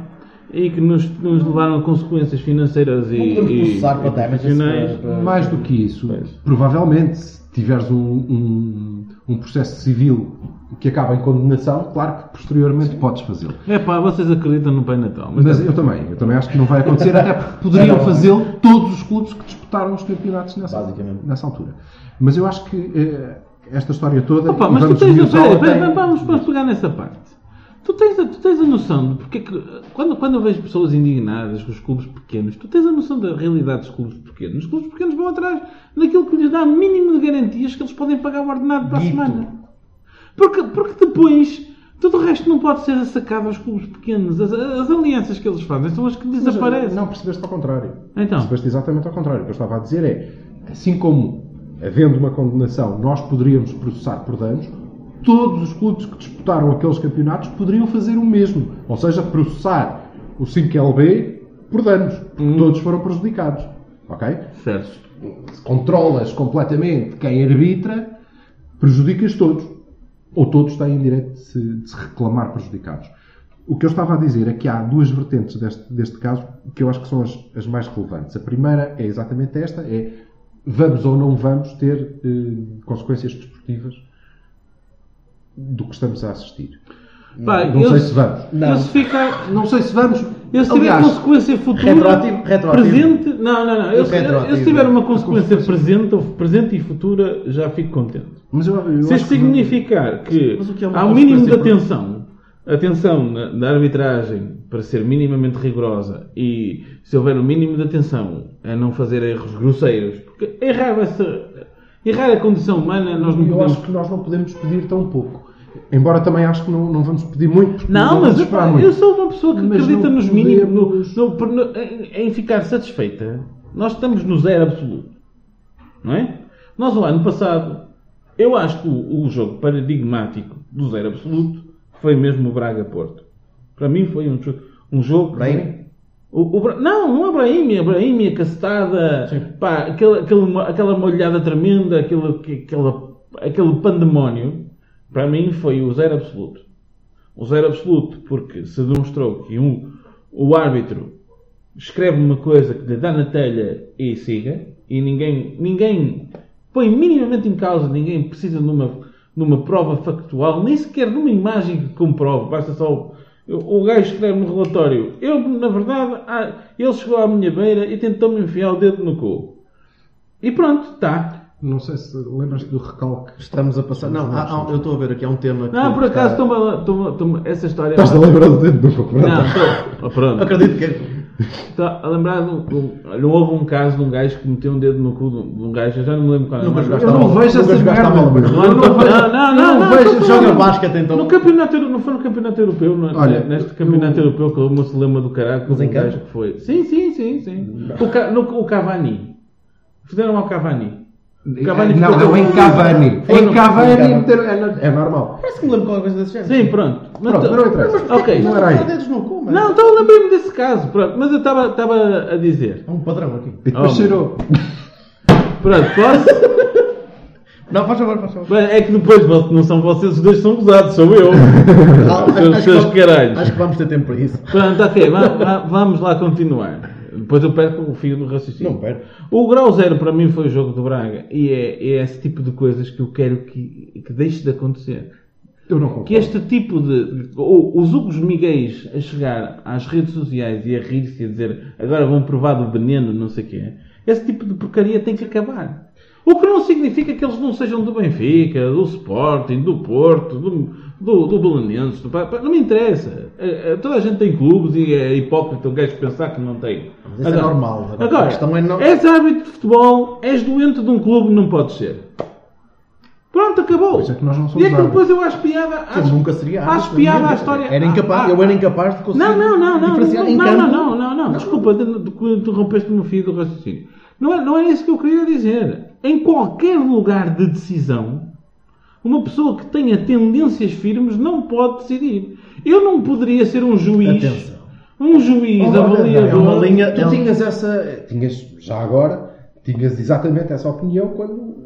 e que nos, nos levaram a consequências financeiras e, Não podemos e, e processar para damages, profissionais. para- para- Mais do que isso, Pois. provavelmente, se tiveres um, um, um processo civil que acaba em condenação, claro que posteriormente podes fazê-lo. É pá, vocês acreditam no Pai Natal, mas, é- Mas eu também, eu também acho que não vai acontecer, até porque Não, poderiam não. fazê-lo todos os clubes que disputaram os campeonatos nessa, Basicamente. nessa altura. Mas eu acho que eh, esta história toda. Opa, e mas tu vamos tens a, desmiuçá-la, peraí, peraí, tem- vamos, vamos pegar nessa parte. Tu tens, a, tu tens a noção de porque é que. Quando, quando eu vejo pessoas indignadas com os clubes pequenos, tu tens a noção da realidade dos clubes pequenos. Os clubes pequenos vão atrás daquilo que lhes dá mínimo de garantias que eles podem pagar o ordenado para a Guito. semana. Porque, porque depois tudo o resto não pode ser assacado aos clubes pequenos. As, as alianças que eles fazem são as que Mas, eh, desaparecem. Não, percebeste ao contrário. Então. Percebeste exatamente ao contrário. O que eu estava a dizer é, assim como havendo uma condenação, nós poderíamos processar por danos, todos os clubes que disputaram aqueles campeonatos poderiam fazer o mesmo. Ou seja, processar o 5LB por danos. Porque todos foram prejudicados. Ok? Certo. Se controlas completamente quem arbitra, prejudicas todos. Ou todos têm direito de se, de se reclamar prejudicados. O que eu estava a dizer é que há duas vertentes deste, deste caso que eu acho que são as, as mais relevantes. A primeira é exatamente esta, é vamos ou não vamos ter eh, consequências desportivas do que estamos a assistir. Pá, Não eu, sei se vamos. eu Não. se ficar. Não sei se vamos. Eu se tiver Aliás, consequência futura. Retroativo, retroativo. Presente. Não, não, não. Eu, se- Retroativo. é. eu se tiver uma consequência presente, ou presente e futura, já fico contente. mas eu, eu Se acho isto que não- significar que, Mas o que é uma há um mínimo de consequência atenção, atenção na- da arbitragem para ser minimamente rigorosa e se houver um mínimo de atenção a não fazer erros grosseiros, porque errar vai ser. Errar a condição humana, nós não eu podemos. acho que nós não podemos pedir tão pouco. Embora também acho que não, não vamos pedir muito. porque Não, vamos mas esperar epá, muito. eu sou uma pessoa que Mas acredita não nos mínimos, no- podemos- no- por- no- em, em ficar satisfeita. Nós estamos no zero absoluto, não é? Nós, o ano passado, eu acho que o, o jogo paradigmático do zero absoluto foi mesmo o Braga-Porto. Para mim, foi um, jo- um jogo. Brahim? O, o Bra- não, não é Brahim, é Brahim, é cacetada, Sim. pá, aquele, aquele mo- aquela molhada tremenda, aquele, que- aquela, aquele pandemónio. Para mim, foi o zero absoluto o zero absoluto, porque se demonstrou que um, o árbitro escreve uma coisa que lhe dá na telha e siga, e ninguém, ninguém põe minimamente em causa, ninguém precisa de uma, de uma prova factual, nem sequer de uma imagem que comprove, basta só. O o gajo escreve no relatório. Eu, na verdade, ah, ele chegou à minha beira e tentou-me enfiar o dedo no cu. E pronto, tá. está. Não sei se lembras do recalque. Estamos a passar. tá, Não, há- há- eu estou a ver aqui, há um tema. que- Não, Ah, por que está- acaso, toma, toma, toma, essa história. tá. Estás a Ah, lembrar do dedo do comprar? Não, tô- oh, pronto. Acredito que é. Tá, a lembrar, de um- de um- olha, houve um caso de um gajo que meteu um dedo no cu de um de um gajo, eu já não me lembro qual era. Nunca mas- jogaste Eu à não bola. vejo Nunca essa jogaste à merda. bola, mas- Não, não, não, vejo- não, eu não, não não, vejo- tô falando- joga basquete, então. No campeonato, Euro- não foi no campeonato europeu, não, Olha, Olha, neste eu- campeonato europeu que o moço lembra do caralho que Mas houve em um campo? gajo que foi. Sim, sim, sim, sim. O, Ca- no, o Cavani. Fizeram ao Cavani. O Cavani não, ficou- não, em Cavani. Foi no- Em Cavani no- meter- é, no- é normal. Parece que me lembro de qualquer coisa desse género. Sim, pronto. Mas Pronto, tô- mas não interessa. Ok. Não era Há aí. dedos no cu, mano. Não, então lembrei-me desse caso, pronto. Mas eu estava a dizer. Há um padrão aqui. E depois Oh, cheirou. Pronto, posso? Não, faz favor, faz favor. Bem, é que depois vo- não são vocês os dois que são gozados, sou eu. Ah, acho- Seus- acho Seus que- caralhos. Acho que vamos ter tempo para isso. Pronto, ok, va- va- vamos lá continuar. Depois eu perco o fio do raciocínio. Não perco. O grau zero para mim foi o jogo do Braga e é, é esse tipo de coisas que eu quero que, que deixe de acontecer. Eu não Que concordo. este tipo de. ou os Hugo Miguéis a chegar às redes sociais e a rir-se e a dizer agora vão provar do veneno, não sei o quê. Esse tipo de porcaria tem que acabar. O que não significa que eles não sejam do Benfica, do Sporting, do Porto, do, do, do Belenenses, do Pa- Pa- Não me interessa. É- é- Toda a gente tem clubes e é hipócrita o gajo pensar que não tem. Mas isso é normal. Agora, a Agora, questão é não- és árbitro de futebol, és doente de um clube, não pode ser. Pronto, acabou. Pois é que nós não somos e é que árbitros. depois eu acho piada. Eu acho- nunca seria Acho árbitro, piada ninguém. à história. Era incapaz, Ah, eu era incapaz de conseguir. Não, não, não, não. diferenciar em Não, campo. não, não, não, não. Desculpa, interrompeste-me o fio do raciocínio. Não é, não é isso que eu queria dizer. Em qualquer lugar de decisão, uma pessoa que tenha tendências firmes não pode decidir. Eu não poderia ser um juiz. Atenção. Um juiz Oh, avaliador. É uma linha. é Tu um- tinhas essa. Tinhas, já agora, tinhas exatamente essa opinião quando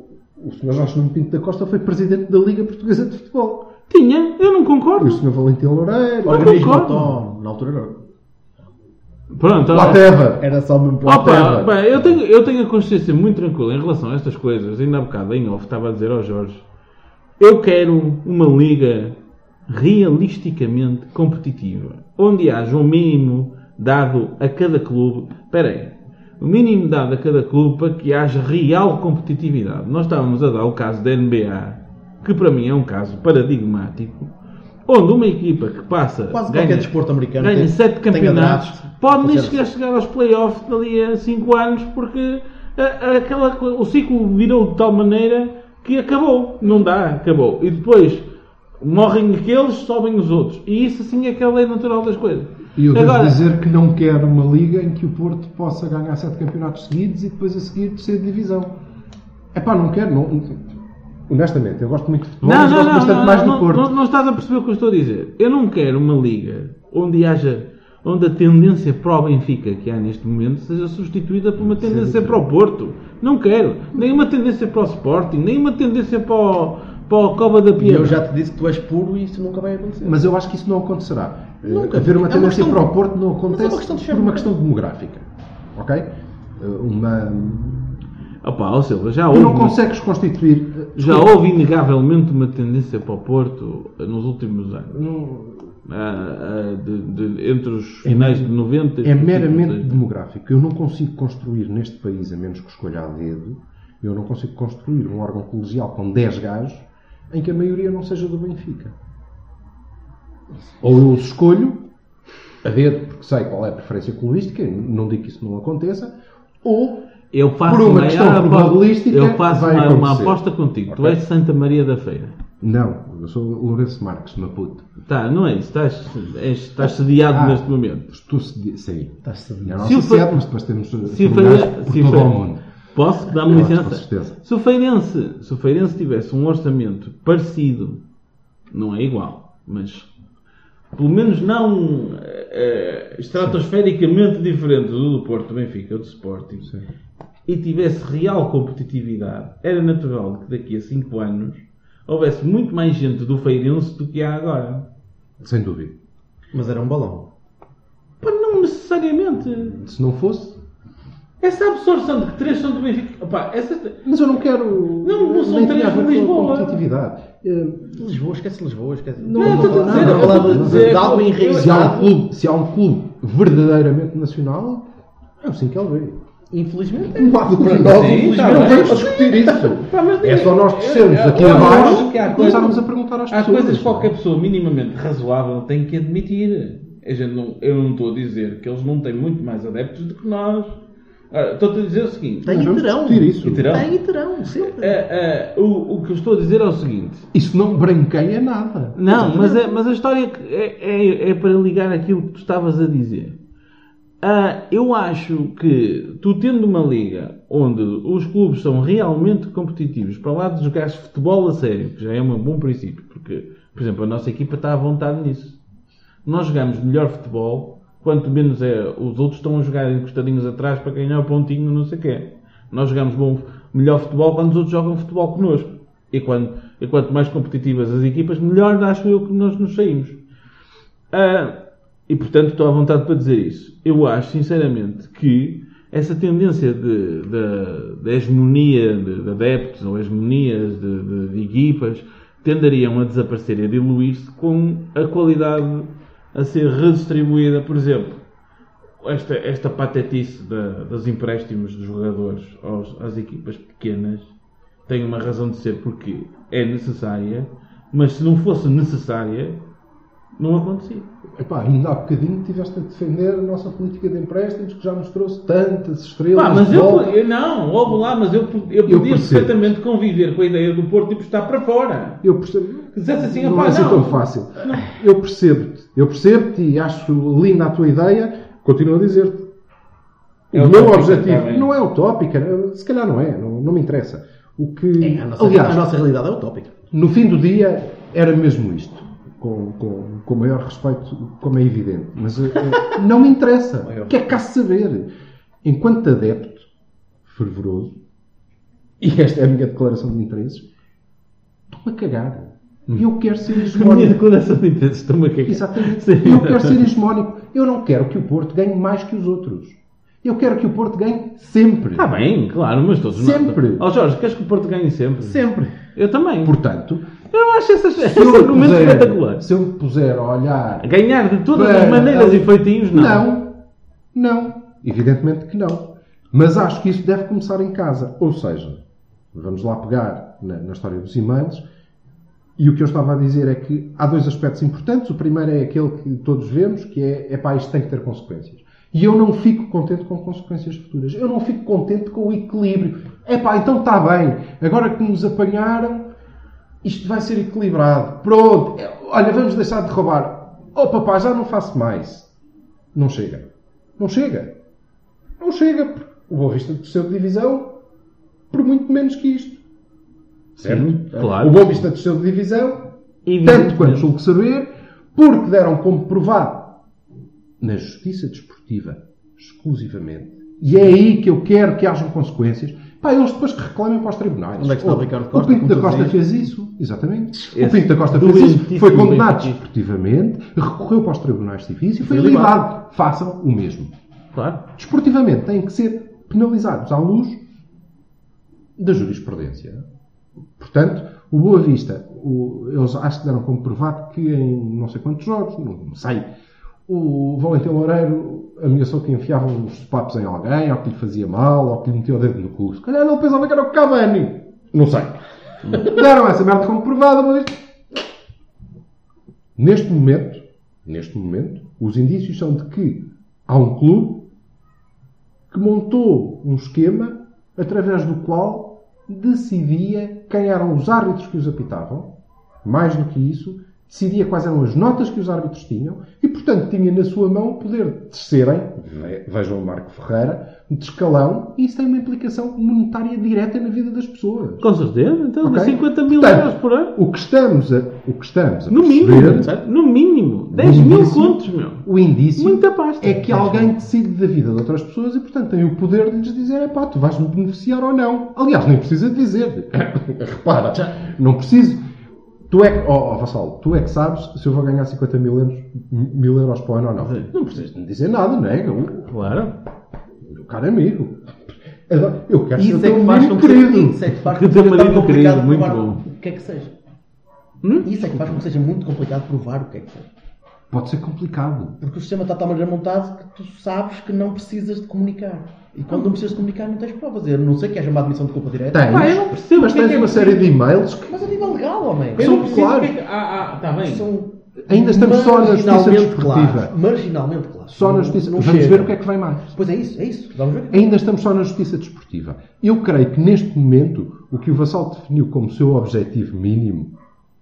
o Sr. Jorge Nuno Pinto da Costa foi presidente da Liga Portuguesa de Futebol. Tinha, eu não E o concordo. Sr. Valentim Loureiro. Olha, Organismo concordo. autónomo. Na altura não. Pronto, olha. Whatever. Era só mesmo para Opa, bem, eu tenho, eu tenho a consciência muito tranquila em relação a estas coisas. Ainda há bocado em off estava a dizer ao Jorge: eu quero uma liga realisticamente competitiva, onde haja um mínimo dado a cada clube. Espera aí, o mínimo dado a cada clube para que haja real competitividade. Nós estávamos a dar o caso da NBA, que para mim é um caso paradigmático, onde uma equipa que passa Quase ganha- qualquer desporto americano. Ganha tem- 7 tem campeonatos. draft. Pode nem Qualquer- chegar, chegar aos playoffs dali a 5 anos porque a- a- aquela co- o ciclo virou de tal maneira que acabou. Não dá, acabou. E depois morrem aqueles, sobem os outros. E isso assim é que é a lei natural das coisas. E eu Agora, devo dizer que não quero uma liga em que o Porto possa ganhar sete campeonatos seguidos e depois a seguir descer de divisão. É pá, não quero, não. Honestamente, eu gosto muito de futebol, não, mas não, gosto não, bastante não, mais não, do Porto. não, não estás a perceber o que eu estou a dizer. Eu não quero uma liga onde haja onde a tendência pró-Benfica que há neste momento seja substituída por uma tendência para o Porto. Não quero. Nem uma tendência para o Sporting, nem uma tendência para o, para o Cova da E eu Piedade. já te disse que tu és puro e isso nunca vai acontecer. Mas eu acho que isso não acontecerá. Nunca. Eh, Haver É uma uma tendência questão- para o Porto não Mas é acontece uma questão de por uma questão demográfica. Ok? Eh, Uma... Opa, ó Silva, já Tu houve, não uma- consegues constituir. eh, já houve inegavelmente uma tendência para o Porto eh, nos últimos anos. Ah, ah, de- de- entre os finais de 90 e É os últimos meramente anos. demográfico. Eu não consigo construir neste país, a menos que escolha a dedo, eu não consigo construir um órgão colegial com 10 gajos em que a maioria não seja do Benfica. Ou eu os escolho a dedo, porque sei qual é a preferência clubística, não digo que isso não aconteça, ou Eu faço Por uma maior questão aposta- probabilística, Eu faço vai uma, uma acontecer. aposta contigo. Tu Ok. és de Santa Maria da Feira. Não, eu sou Lourenço Marques, Maputo. Tá, não é isso. Estás, és, estás sediado Ah. neste momento. Estou sedi- Sim. Estás É a sabido. nossa Se o fe- sede, mas depois temos eh, Se o comunidades Feira- por se o todo Feira- o mundo. Posso? Dá-me Claro, com licença. certeza. Se o, Feirense, se o Feirense tivesse um orçamento parecido, não é igual, mas pelo menos não eh, eh, estratosfericamente diferente do do Porto, do Benfica ou do Sporting, Sim. e tivesse real competitividade, era natural que daqui a 5 anos houvesse muito mais gente do Feirense do que há agora. Sem dúvida. Mas era um balão. Pá, não necessariamente. Se não fosse. Essa absorção de que 3 são do Benfica. Opá, essa, Mas eu não quero. Não, não são nem três tinha a ver de com a Lisboa. Competitividade. Eh, Lisboa, esquece Lisboa, esquece. Não, eu estou a dizer, não, eu não, estou a não, dizer, de algo eu- Se há, um enraizado. clube, se há um clube verdadeiramente nacional, é o 5 LB. Infelizmente. Não há para Sim, nós, tá infelizmente, bem. não vamos discutir isso. Tá, mas É só nós eu- descermos eu- aqui eu abaixo acho que há coisas- e começarmos a perguntar às Há pessoas. coisas que é? qualquer pessoa minimamente razoável tem que admitir. A gente não- eu não estou a dizer que eles não têm muito mais adeptos do que nós. Ora, Estou-te a dizer o seguinte. Tem Mas e vamos terão. É. discutir isso. é, E terão. Tem e terão, sempre. eh, eh, o, o que eu estou a dizer é o seguinte. Isso não branqueia nada. Não, mas, é, mas a história que- é, é- é para ligar aquilo que tu estavas a dizer. Ah, eu acho que tu tendo uma liga onde os clubes são realmente competitivos, para lá de jogar futebol a sério, que já é um bom princípio, porque, por exemplo, a nossa equipa está à vontade nisso. Nós jogamos melhor futebol, quanto menos é, os outros estão a jogar encostadinhos atrás para ganhar o pontinho, não sei o quê. Nós jogamos bom, melhor futebol quando os outros jogam futebol connosco. E, quando, e quanto mais competitivas as equipas, melhor acho eu que nós nos saímos. Ah, e portanto estou à vontade para dizer isso. Eu acho, sinceramente, que essa tendência de, de, de hegemonia de, de adeptos ou hegemonias de, de- de equipas tenderiam a desaparecer e a diluir-se com a qualidade a ser redistribuída, por exemplo. Esta, esta patetice da- dos empréstimos dos jogadores aos- às equipas pequenas tem uma razão de ser porque é necessária, mas se não fosse necessária, não acontecia. Epá, ainda há bocadinho tiveste a defender a nossa política de empréstimos que já nos trouxe tantas estrelas. Pá, Ah, mas de eu, volta. eu não, ouve lá, mas eu, eu podia percebo. perfeitamente conviver com a ideia do Porto e postar para fora. Eu percebo. Dizesse assim, não "Opá, é assim não." tão fácil. Eu percebo-te. Eu percebo-te e acho linda a tua ideia. Continuo a dizer-te. O É meu utópica, objetivo tá bem. não é utópica. Se calhar não é. Não, não me interessa. O que, É, a, nossa, aliás, a nossa realidade é utópica. no fim do dia era mesmo isto. Com, com, com o maior respeito, como é evidente. Mas eh, eh, não me interessa. Maior. O que é que há de saber? Enquanto adepto, fervoroso, e esta é a minha declaração de interesses, estou-me a cagar. Eu quero ser A minha hegemónico. declaração de interesses estou-me a cagar. Exatamente. Hum. é. Sim. Eu quero ser hegemónico. Eu não quero que o Porto ganhe mais que os outros. Eu quero que o Porto ganhe sempre. Está Tá bem, claro, mas todos nós- Sempre. Ó Jorge, queres que o Porto ganhe sempre? Sempre. Eu também. Portanto, Eu não acho essas, se esse eu, me argumento é espetacular. É puser, se eu me puser a olhar Ganhar de todas Para- as maneiras e feitios, não. Não, não. Evidentemente que não. Mas acho que isso deve começar em casa. Ou seja, vamos lá pegar na, na história dos e-mails. E o que eu estava a dizer é que há dois aspectos importantes. O primeiro é aquele que todos vemos, que é, epá, isto tem que ter consequências. E eu não fico contente com consequências futuras. Eu não fico contente com o equilíbrio. Epá, então está bem. Agora que nos apanharam, isto vai ser equilibrado. Pronto. É, Olha, vamos deixar de roubar. Oh papá, já não faço mais. Não chega. Não chega. Não chega. porque O Boa Vista desceu de divisão por muito menos que isto. Sim, claro. O Boa Vista desceu de divisão, Evidentemente. tanto quanto julgo saber, porque deram como provado na justiça desportiva, exclusivamente. E é aí que eu quero que hajam consequências. Pá, eles depois que reclamem para os tribunais. Oh, Onde é que está o Ricardo Costa, Pinto da como tu Costa dizias? fez isso, exatamente. Esse o Pinto da Costa fez doentíssimo isso, foi condenado benfiquista. desportivamente, recorreu para os tribunais civis e foi Foi liberado. liberado. Façam o mesmo. Claro. Desportivamente têm que ser penalizados à luz da jurisprudência. Portanto, o Boa Vista, o- eles acho que deram como provado que em não sei quantos jogos, não, não sei, o Valentim Loureiro ameaçou que enfiava uns papos em alguém, ou que lhe fazia mal, ou que lhe metia o dedo no cu. Se calhar ele pensava que era o Cavani. Não sei. deram essa merda como provada, mas Neste momento, neste momento, os indícios são de que há um clube que montou um esquema através do qual decidia quem eram os árbitros que os apitavam, mais do que isso, decidia quais eram as notas que os árbitros tinham e, portanto, tinha na sua mão o poder de descerem, ve- vejam o Marco Ferreira, de escalão, e isso tem uma implicação monetária direta na vida das pessoas. Com certeza, então Ok? 50 mil Portanto, euros por ano. O que estamos a, o que estamos a No mínimo, perceber, sabe? no mínimo. 10 mil mínimo. contos, meu. o indício Muita pasta. é que alguém decide da vida de outras pessoas e, portanto, tem o poder de lhes dizer: é pá, tu vais-me beneficiar ou não. Aliás, nem precisa de dizer. Repara, não preciso. Tu é que, oh, oh, Vassal, tu é que sabes se eu vou ganhar 50 mil euros, mil euros para o ano ou não. Sim. Não precisas de me dizer nada, não é? O Claro. meu caro amigo. Agora, Eu quero ser o Isso é teu que faz marido com que seja, isso querido. é que faz Que com que seja teu tão marido complicado querido, provar muito o que é que seja. Hum? Isso é que faz com que seja muito complicado provar o que é que seja. Pode ser complicado. Porque o sistema está de tal maneira montado que tu sabes que não precisas de comunicar. E quando não precisas de comunicar, não tens provas. A não ser que haja uma admissão de culpa direta. Tens, Pá, eu não percebo mas o que é tens que é uma que- série de e-mails que Mas a nível legal, homem. Eu Eu não São preciso claros. que é que- Ah, ah, tá bem. São Ainda estamos só na justiça marginalmente desportiva. claros. Marginalmente claro. só na justiça. Vamos ver o que é que vem mais. Pois é isso, é isso. Vamos ver. Ainda estamos só na justiça desportiva. Eu creio que neste momento o que o Vassal definiu como seu objetivo mínimo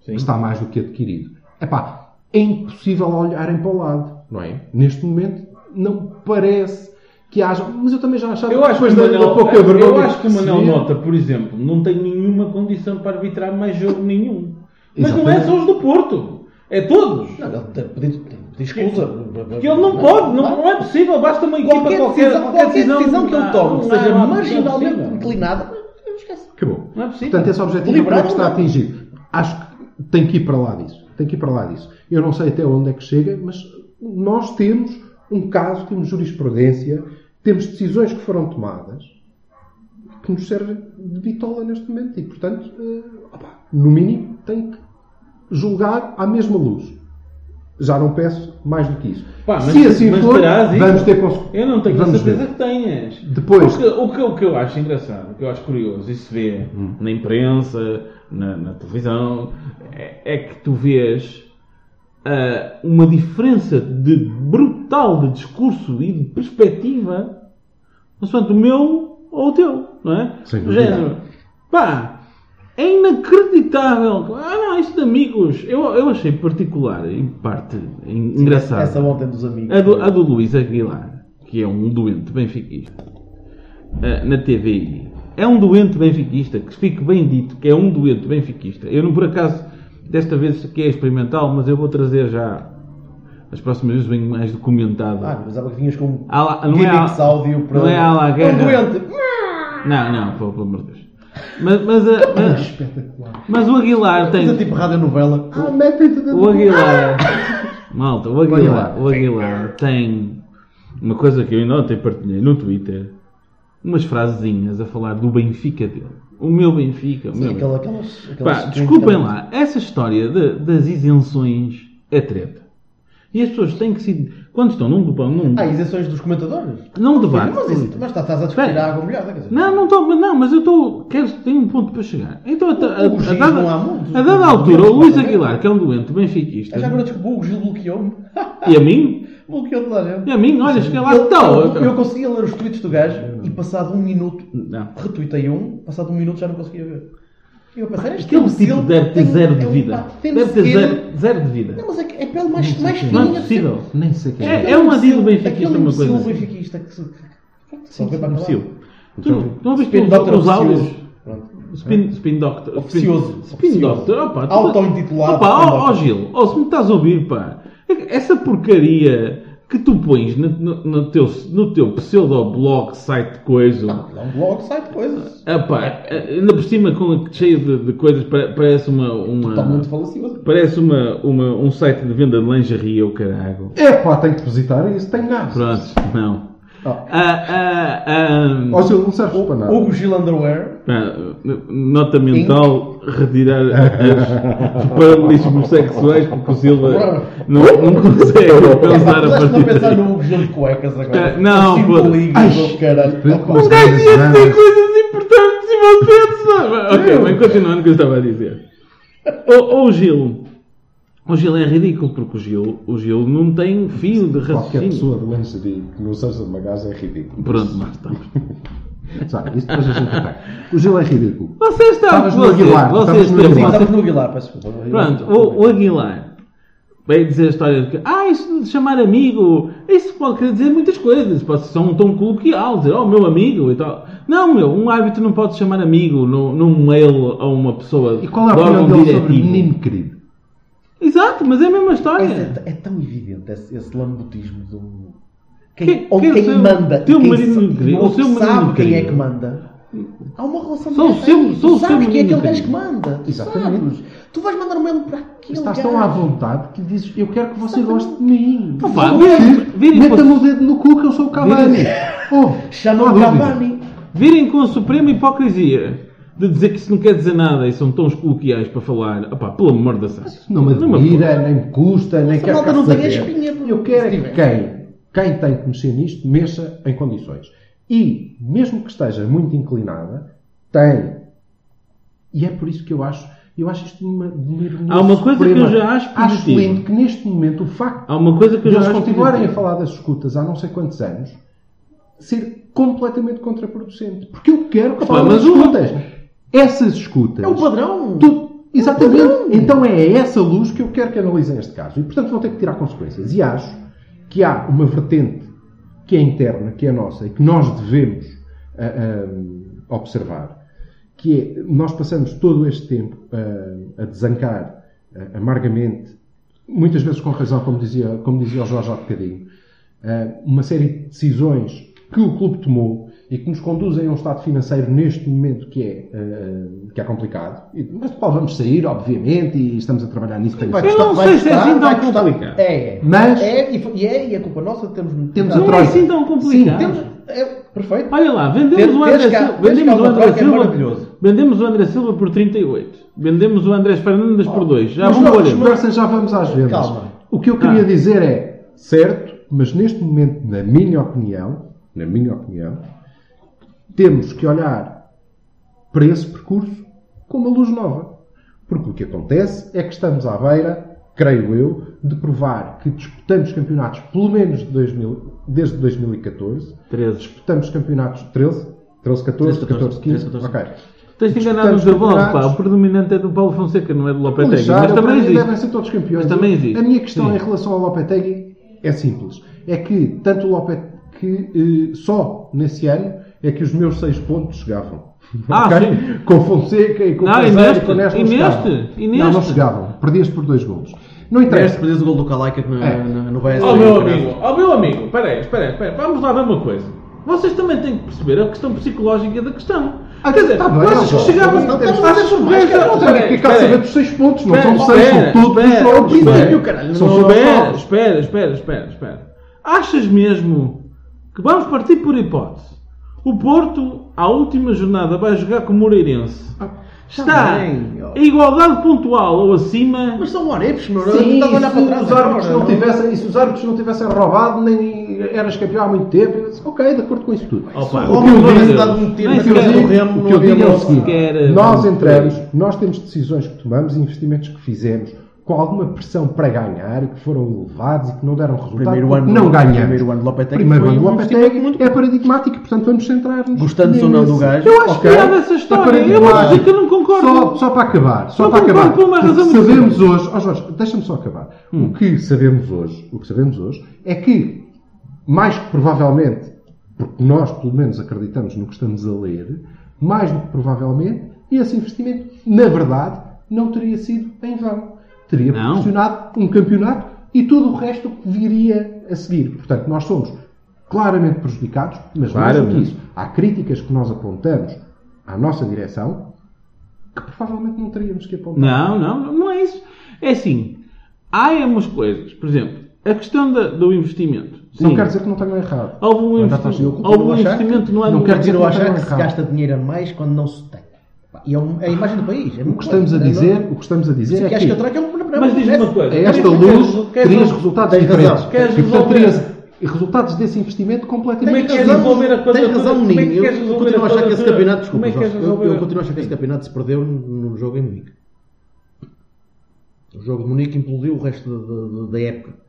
Sim. está mais do que adquirido. Epá, é impossível olharem para o lado, não é? Neste momento não parece que haja. Mas eu também já achava Eu acho, que depois o da- Manel, da pouca vergonha eu acho que o Manel se via- Mota, por exemplo, não tem nenhuma condição para arbitrar mais jogo nenhum. Mas não é Exatamente. só os do Porto. É todos. Não, ele tem pedido tem pedido escusa. Que ele não pode, não, não é possível. Basta uma equipa Qualquer, decisão, qualquer decisão que ele tome, que não há- seja não há- não é marginalmente possível. inclinada, eu esqueço. Acabou. Não é possível. Portanto, esse objetivo Liberar não está não dá. atingido. Acho que tem que ir para lá disso. Tem que ir para lá disso. Eu não sei até onde é que chega, mas nós temos um caso, temos jurisprudência, temos decisões que foram tomadas que nos servem de bitola neste momento e, portanto, eh, opá, no mínimo, tem que julgar à mesma luz. Já não peço mais do que isso. Pá, mas- Se assim mas for, terás isso. vamos ter consequências. Eu não tenho Vamos certeza ver. que tenhas. Depois- O que, o, que, o que eu acho engraçado, o que eu acho curioso, e se vê Hum. na imprensa, na, na televisão, é, é que tu vês ah, uma diferença de brutal de discurso e de perspectiva consoante o meu ou o teu, não é? Sem Do dúvida. género. Pá, é inacreditável. Ah, não, isto de amigos. Eu, eu achei particular, em parte, en- Tá. engraçado. Essa ontem dos amigos. A do, a do Luís Aguilar, que é um doente benfiquista, ah, na TVI, é um doente benfiquista, que fique bem dito que é um doente benfiquista. Eu não, por acaso, desta vez que é experimental, mas eu vou trazer já, as próximas vezes venho mais documentado. Ah, pensava que vinhas com Há lá- não é gimmicks há- áudio para... não é há lá um guerra. doente. Não, não, pelo, pelo amor de Deus. Mas, mas, a- mas, mas o Aguilar tem... Coisa tipo rádio novela. Ah, metem-te dentro O do- Aguilar. Malta, o Aguilar, Aguilar. o Aguilar tem uma coisa que eu ainda ontem partilhei no Twitter. Umas frasezinhas a falar do Benfica dele. O meu Benfica, o meu. Aquela, é aquelas, aquelas Pá, desculpem lá, essa história de- das isenções é treta. E as pessoas têm que se. Quando estão num grupão, num. Há isenções dos comentadores. Não debate. Mas, isso, mas tá- estás a discutir Espera. a água melhor, quer dizer. Não, não estou, mas não, mas eu estou. Quero tem um ponto para chegar. Então, a, a- a- O Gil a dada, não há muitos. a dada altura, o Luís Aguilar, que é um doente benfiquista, Já agora desculpa, o Gil bloqueou-me. e a mim, bloqueou toda a gente. e a mim, olha, cheguei lá, eu, tal. eu, eu conseguia ler os tweets do gajo e passado um minuto então. Não. retuitei um, passado um minuto já não conseguia ver. Eu pensei, é um era Aquele tipo deve ter é zero um de vida. Deve ter zero, zero de Não, vida. mas é, que é pele mais, mais Não é fininha possível. Nem sei quem É, é um asilo benfiquista, uma coisa. Aquele imbecil assim. benfiquista que se... Só Sim, vê para sim, um acabar. asilo. Tu Então, tu não viste Spin Doctor os áudios? oficioso. Pronto. Spin, spin Doctor. spin- Oficioso. Spin Oficioso. Doctor. Opa, tu- tá- Auto-intitulado Opa, Spin ó, ó, Doctor. Gil, ó, se me estás a ouvir, pá. é Essa porcaria que tu pões no, no- no teu, no teu pseudo-blog, site, coisa. Dá um blog, sai de coisas. Ah, pá, ainda por cima com, cheio de, de coisas, pare- parece uma. uma Totalmente falacioso. parece uma, uma, um site de venda de lingerie, o caralho. É pá, tenho que depositar isso, tenho gasto. Pronto, não. Ah. Ah, ah, ah, Ou seja, não serves para nada. Hugo Gil Underwear. pá, nota mental, retirar as- os paralelismos sexuais porque o Silva não, não consegue pensar a Estás a partir pensar daí. no Hugo Gil de cuecas agora. Ah, não, Assim, foda-se. bolinhos, Ai, oh, caralho. vê como- Um gajo ia dizer coisas importantes e você pensava. Ok, bem, continuando o que eu estava a dizer. Ou ou o Gil. O Gil é ridículo porque o Gil, o Gil não tem fio de Qualquer raciocínio. pessoa de lingerie que não seja de uma gaja é ridículo. Pronto, lá estamos. Sabe, isso depois a gente ataca. O Gil é ridículo. Você está Estavas no vocês, Aguilar, vocês estavas no têm- Sim, Aguilar. vocês- estamos no Aguilar, peço desculpa. Pronto, o, o Aguilar veio dizer a história de que, ah, isso de chamar amigo, isso pode querer dizer muitas coisas, pode ser só um tom coloquial, dizer, oh, meu amigo e tal. Não, meu, um árbitro não pode chamar amigo no- num mail a uma pessoa E qual é a de opinião órgão dele sobre diretivo. menino querido? Exato, mas é a mesma É, história. é- é tão evidente esse, esse lambutismo do. Quem, Quem- ou quem quem, é o seu- manda. e teu quem marido sa- incrível, ou o seu sabe marido quem é incrível. que manda. Há uma relação Sou o direta seu- aí. sou o Tu sabes seu quem é aquele marido gajo incrível. que manda. Tu Exatamente. sabes. Tu vais mandar o mesmo para aquele Estás gajo. tão à vontade que lhe dizes: Eu quero que você goste de mim. Não vá, Eu virem- quero. virem Meta-me com- o dedo no cu que eu sou o Cavani. Virem- Oh, não há Chama o dúvida. Cavani. Virem com a suprema hipocrisia de dizer que isso não quer dizer nada e são tons coloquiais para falar. Opá, pelo amor da santa. Não é me admira, nem me custa, nem Essa quero malta cá não tem a saber. espinha, pô. Eu quero é Se que tiver. quem, quem tem que mexer nisto mexa em condições. E, mesmo que esteja muito inclinada, tem. E é por isso que eu acho. Eu acho isto de uma, de uma ironia Há uma coisa que suprema. eu já acho Acho positiva. lindo que neste momento o facto Há uma coisa que de eu já eles acho continuarem a positiva. falar das escutas há não sei quantos anos ser completamente contraproducente. Porque eu quero que falem das mas o- escutas. Essas escutas. É o padrão. Tu- exatamente. Então é essa luz que eu quero que analisem este caso. E, portanto, vão ter que tirar consequências. E acho que há uma vertente que é interna, que é nossa, e que nós devemos ah, ah, observar, que é, nós passamos todo este tempo ah, a desancar ah, amargamente, muitas vezes com razão, como dizia, como dizia o Jorge há bocadinho, ah, uma série de decisões que o clube tomou e que nos conduzem a um estado financeiro neste momento que é, ah, que é complicado. E- Mas Paulo, vamos sair, obviamente, e estamos a trabalhar nisso. para Vai isso. custar, Eu não vai sei se é custar, assim tão vai custar. complicado. É, é. Mas- É, e, foi- e é, e é culpa nossa de termos metido Temos à a Não é troca. assim tão complicado. Temos, é, perfeito. Olha lá, vendemos Desde- o André desde cá- Silva. desde Vendemos cá o uma André troca é Silva. maravilhoso. Vendemos o André Silva por 38. Vendemos o André Fernandes por 2. Já Mas vão não, por ele. conversa, já vamos às vendas. Calma. O que eu queria Ah. dizer é, certo, mas neste momento, na minha opinião, na minha opinião, temos que olhar para esse percurso com uma luz nova. Porque o que acontece é que estamos à beira, creio eu, de provar que disputamos campeonatos pelo menos de 2000 desde 2014, 13. disputamos campeonatos 13, 13, 14, 14, 15, 13, 14. ok. Tens de enganar os Disputamos da bola, pá. campeonatos. O predominante é do Paulo Fonseca, não é do Lopetegui. Lixar, Mas eu, para também mim, existe. devem ser todos campeões. Mas também existe. A minha questão Sim. em relação ao Lopetegui é simples. É que tanto o Lopetegui que eh, só nesse ano é que os meus seis pontos chegavam. Ah, Ok? sim. Com Fonseca e com Não, e Caseiro neste? com Nesto E não neste? chegavam. E Não, não neste? chegavam. Perdias por dois golos. Não interessa. perdes o gol do Kalaica na, É. na- no Bahia. Ó meu amigo, ó meu amigo, peraí, espera, aí, espera, aí. vamos lá ver uma coisa. Vocês também têm que perceber a questão psicológica da questão. Ah, Quer dizer, tá bem, vocês que Elsa. chegavam. Não temos- achas que o Mas, resto- cara, não tenho Espera aí, que ficar a espera aí. saber dos seis pontos. Não Espera, são seis, são espera, todos. espera, São espera. É. princípio, caralho. Só Não são espera, pontos. espera, espera, espera, espera. Achas mesmo que vamos partir por hipótese? O Porto, à última jornada, vai jogar com o Moreirense. Ah, tá Está bem, ó. a igualdade pontual ou acima. Mas são orepes, meu. eu Sim, estava a olhar se para trás os árbitros agora, não tivessem, e se os árbitros não tivessem roubado, nem eras campeão há muito tempo, eu disse, ok, de acordo com isso tudo. Opa, o que eu pelo amor de digo- Deus, dado um tiro nem na o que eu cabeça sequer- do digo- Remo, o que eu não digo é havia o seguinte, eh, sequer- eh, nós entramos, nós temos decisões que tomamos e investimentos que fizemos com alguma pressão para ganhar e que foram elevados e que não deram resultado Primeiro porque ano- não ganhamos. primeiro ano de Lopetegui Primeiro foi ano de um Lopetegui investimento muito- é paradigmático e, portanto, vamos centrar-nos. Gostando ou não do nesse- gajo, Eu acho Ok, piada essa história. é Eu vou dizer que eu não paradigmático. concordo. Só, só para acabar, só Não para concordo acabar. por uma razão porque muito Hum. sabemos hoje, ó Jorge, deixa-me só acabar. O que sabemos hoje, o que sabemos hoje é que mais que provavelmente, porque nós pelo menos acreditamos no que estamos a ler, mais do que provavelmente, esse investimento, na verdade, não teria sido em vão. Teria Não. proporcionado um campeonato e todo o resto que viria a seguir. Portanto, nós somos claramente prejudicados, mas mais do que Claramente. isso. Há críticas que nós apontamos à nossa direção que provavelmente não teríamos que apontar. Não, não, não é isso. É assim, há umas coisas. Por exemplo, a questão da- do investimento. Não Sim. quero dizer que não tenham errado. Houve um Mas já estás- eu investimento, continuo houve um a achar que investimento no ano. não quero dizer Continuo a que achar não que se errado. gasta dinheiro a mais quando não se tem. E é um- é a imagem do país. É O que estamos a dizer, o que estamos a dizer Se é queres que eu que traga é um problema. Mas diz-me uma coisa. a esta Queres- luz queres- terias queres- resultados tens razão. diferentes. Queres E, portanto, resolver- terias resultados desse investimento Como é completamente que Tens queres diferentes. razão, resolver a coisa tens razão, toda? Como é que Ninho. Eu queres resolver continuo a a achar coisa que esse toda? campeonato, Como desculpa, é que queres Jorge, eu, resolver? eu continuo a achar que esse campeonato se perdeu no no jogo em Munique. O jogo de Munique implodiu o resto da- da- da- da época.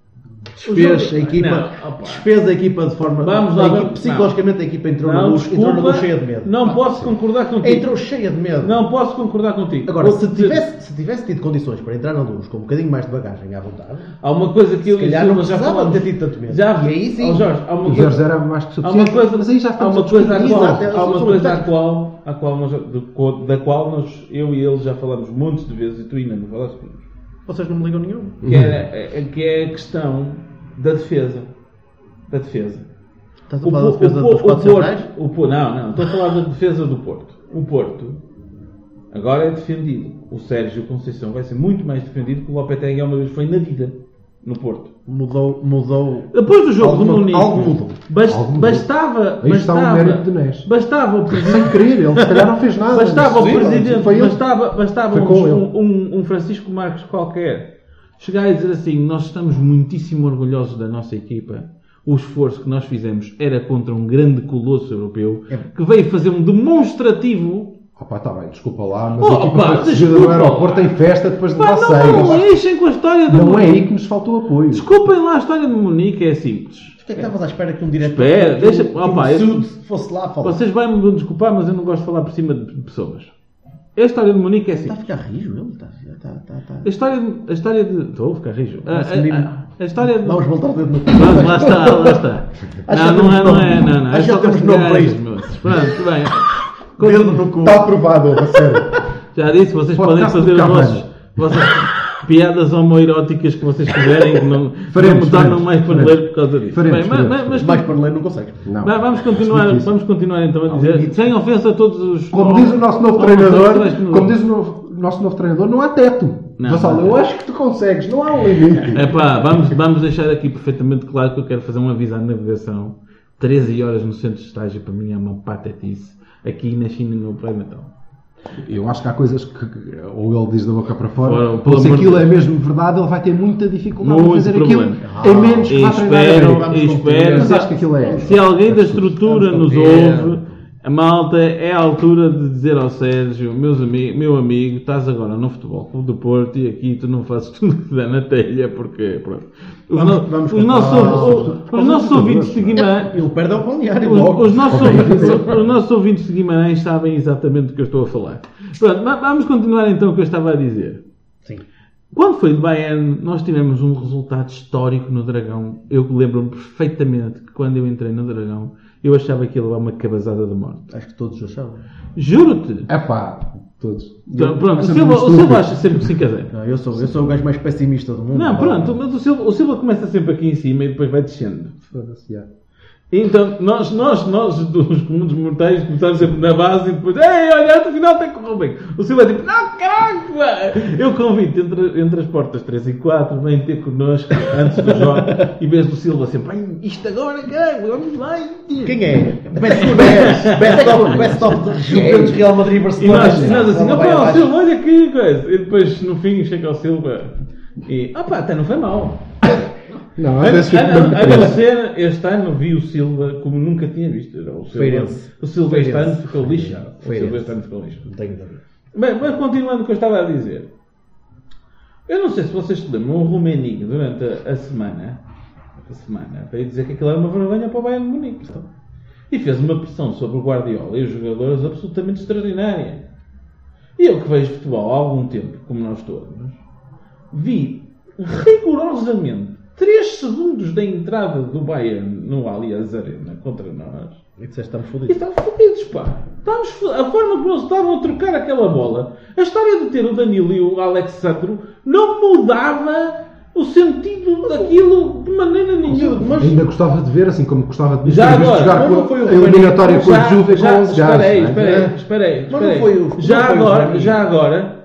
Desfez a equipa, Não, opa. desfez a equipa de forma. Vamos a lá, equipa- vamos- psicologicamente a equipa entrou na Não, luz, entrou na luz desculpa, cheia de medo. Não Ah, posso sim. concordar contigo. Entrou cheia de medo. Não posso concordar contigo. Agora, Vou-te se dizer- tivesse, se tivesse tido condições para entrar na luz com um bocadinho mais de bagagem à vontade, Há uma coisa que eu Se calhar e o não Silva já precisava falámos. ter tido tanto medo. Já E vi. aí sim. Ó Jorge, há uma O é coisa. 0 era mais que Há suficiente. uma coisa, mas aí já há estamos uma coisa, à discutir. qual, Exato, é há uma assunto coisa à tático. qual, à qual nós, do co- da qual nós, eu e ele já falamos montes de vezes e tu ainda não falaste comigo. vocês não me ligam nenhum. Que, é, é- que é a questão da defesa. Da defesa. Estás O, a falar da Po- defesa o Po- dos o quatro centrais? Porto, o Po- não, não, estou a falar da defesa do Porto. O Porto agora é defendido. O Sérgio Conceição vai ser muito mais defendido que o Lopetegui uma vez foi na vida no Porto. Mudou, mudou. Depois do jogo Alguma- do Munique, algo mudou. bas- Algo mudou. bastava, Aí está o bastava, mérito de Neres. bastava o Sem presidente, querer, ele se calhar não fez nada. bastava o Sim, presidente, Foi ele. bastava, bastava Foi um, com ele. um, um- um Francisco Marques qualquer chegar a dizer assim: nós estamos muitíssimo orgulhosos da nossa equipa. O esforço que nós fizemos era contra um grande colosso europeu É. que veio fazer um demonstrativo. Opa, está bem, desculpa lá, mas Oh, a equipa pá, foi protegida desculpa no aeroporto lá. em festa depois de Pá, levar não, é não seis. enchem com a história do Não é Munique. aí que nos faltou apoio. Desculpem lá a história do Munique, é simples. O que é que estavas à espera que um diretor Espera, que deixa- um- que opa, um eu- suit fosse lá falar? Vocês vão me desculpar, mas eu não gosto de falar por cima de pessoas. A história de Munique é assim. Está a ficar rijo ele? Está, está, está, está. A história de. A história de. Estou a ficar rijo. A, Assumir- a- a- a história de. Vamos voltar dentro no Pronto, lá está, lá está. Acho Não, que um não é, temos não é, nome. não, não. Acho É que só temos para nome para gajos, isto. meus. Pronto, bem. Dedo no cu. Está aprovado, a sério. Já disse, vocês podem Podcast fazer do as Cavani. vossas, vossas piadas homoeróticas que vocês quiserem, que não, não Faremos, botaram faremos, mais paneleiro por causa disso. Faremos, Bem, mas- faremos, mas- Mais para ler não consegues. Não. é Vai, vamos, continuar, Difícil. vamos continuar então a dizer, sem ofensa a todos os. um Como diz o nosso novo aos- treinador, aos- aos- como diz o novo- nosso novo treinador, não há teto. Não, Vassal, não há eu teto. acho que tu consegues, não há um limite. Epá, É vamos, vamos deixar aqui perfeitamente claro que eu quero fazer um aviso à navegação. 13 horas no centro de estágio para mim é uma patetice. Aqui na China então. no Pai Natal. Eu acho que há coisas que que- ou ele diz da boca para Fora, fora, pelo ou se amor de aquilo é Deus. mesmo verdade, ele vai ter muita dificuldade em Muito fazer problema. Ah, aquilo, a menos que vá treinar a espero, América. espero. Mas acho que aquilo é. Se alguém da estrutura nos compreender. ouve, a malta é a altura de dizer ao Sérgio, meus ami meu amigo, estás agora no Futebol Clube do Porto e aqui tu não fazes tudo que dá na telha, porque pronto. Os, Vamos- no- vamos os nossos, continuar. o- os nossos ouvintes de Guimarães, Ele perde ao balneário Os, logo. os nossos ouvintes, os nossos ouvintes de Guimarães sabem exatamente do que eu estou a falar. Pronto, va- vamos continuar então o que eu estava a dizer. Sim. Quando foi de Bayern, nós tivemos um resultado histórico no Dragão. Eu lembro-me perfeitamente que quando eu entrei no Dragão, eu achava que ele era uma cabazada de morte. Acho que todos achavam. Juro-te! É pá, todos. Então, pronto, o Acho Silva, muito o Silva estúpido. acha sempre 5 a 0. Não, eu sou, eu sou o gajo mais pessimista do mundo. Não, pronto, mas o Silva, o Silva começa sempre aqui em cima e depois vai descendo. Foda-se, já. Então, nós, nós, nós, os comuns mortais, começámos sempre na base e depois, ei, olha, até o final tem que correr bem. O Silva é tipo, não, caraca! pá." Eu convido entre, entre as portas 3 e 4, vem ter connosco antes do jogo e vês o Silva sempre, "Ai, isto agora, caralho, vamos lá. e-" Quem é? Best of 10. Best of, best of de Juventus, Real Madrid, E é? Barcelona. nós, nós assim, Bola opá, né? vai ó abaixo. Silva, olha que coisa. E depois, no fim, chega o Silva e, opá, até não foi mal. Não, A, às vezes fico mesmo a, a não triste. ser, este ano vi o Silva como nunca tinha visto. O Silva, Feirense. o Silva este Feirense. ano ficou lixado. O Feirense. Silva este ano ficou lixado. Não tenho dúvida. Bem, mas continuando o que eu estava a dizer. Eu não sei se vocês se lembram, o Rummenigge, durante a, a semana, a semana, veio dizer que aquilo era uma vergonha para o Bayern de Munique. E fez uma pressão sobre o Guardiola e os jogadores absolutamente extraordinária. E eu que vejo futebol há algum tempo, como nós todos, vi rigorosamente 3 segundos da entrada do Bayern no Allianz Arena contra nós. E disseste, estamos E fodidos. estamos fodidos, pá. Estamos fo- A forma como eles estavam a trocar aquela bola, a história de ter o Danilo e o Alexandro não mudava o sentido daquilo de maneira nenhuma. Mas Ainda gostava de ver, assim como gostava de Já ter visto agora, jogar como com foi o a eliminatória com a já, Juve e com já, 11 gajos. Espera aí, não é? espera aí, É. espera aí. Mas não espera aí. foi o- já, não foi o agora, Flamengo. já agora,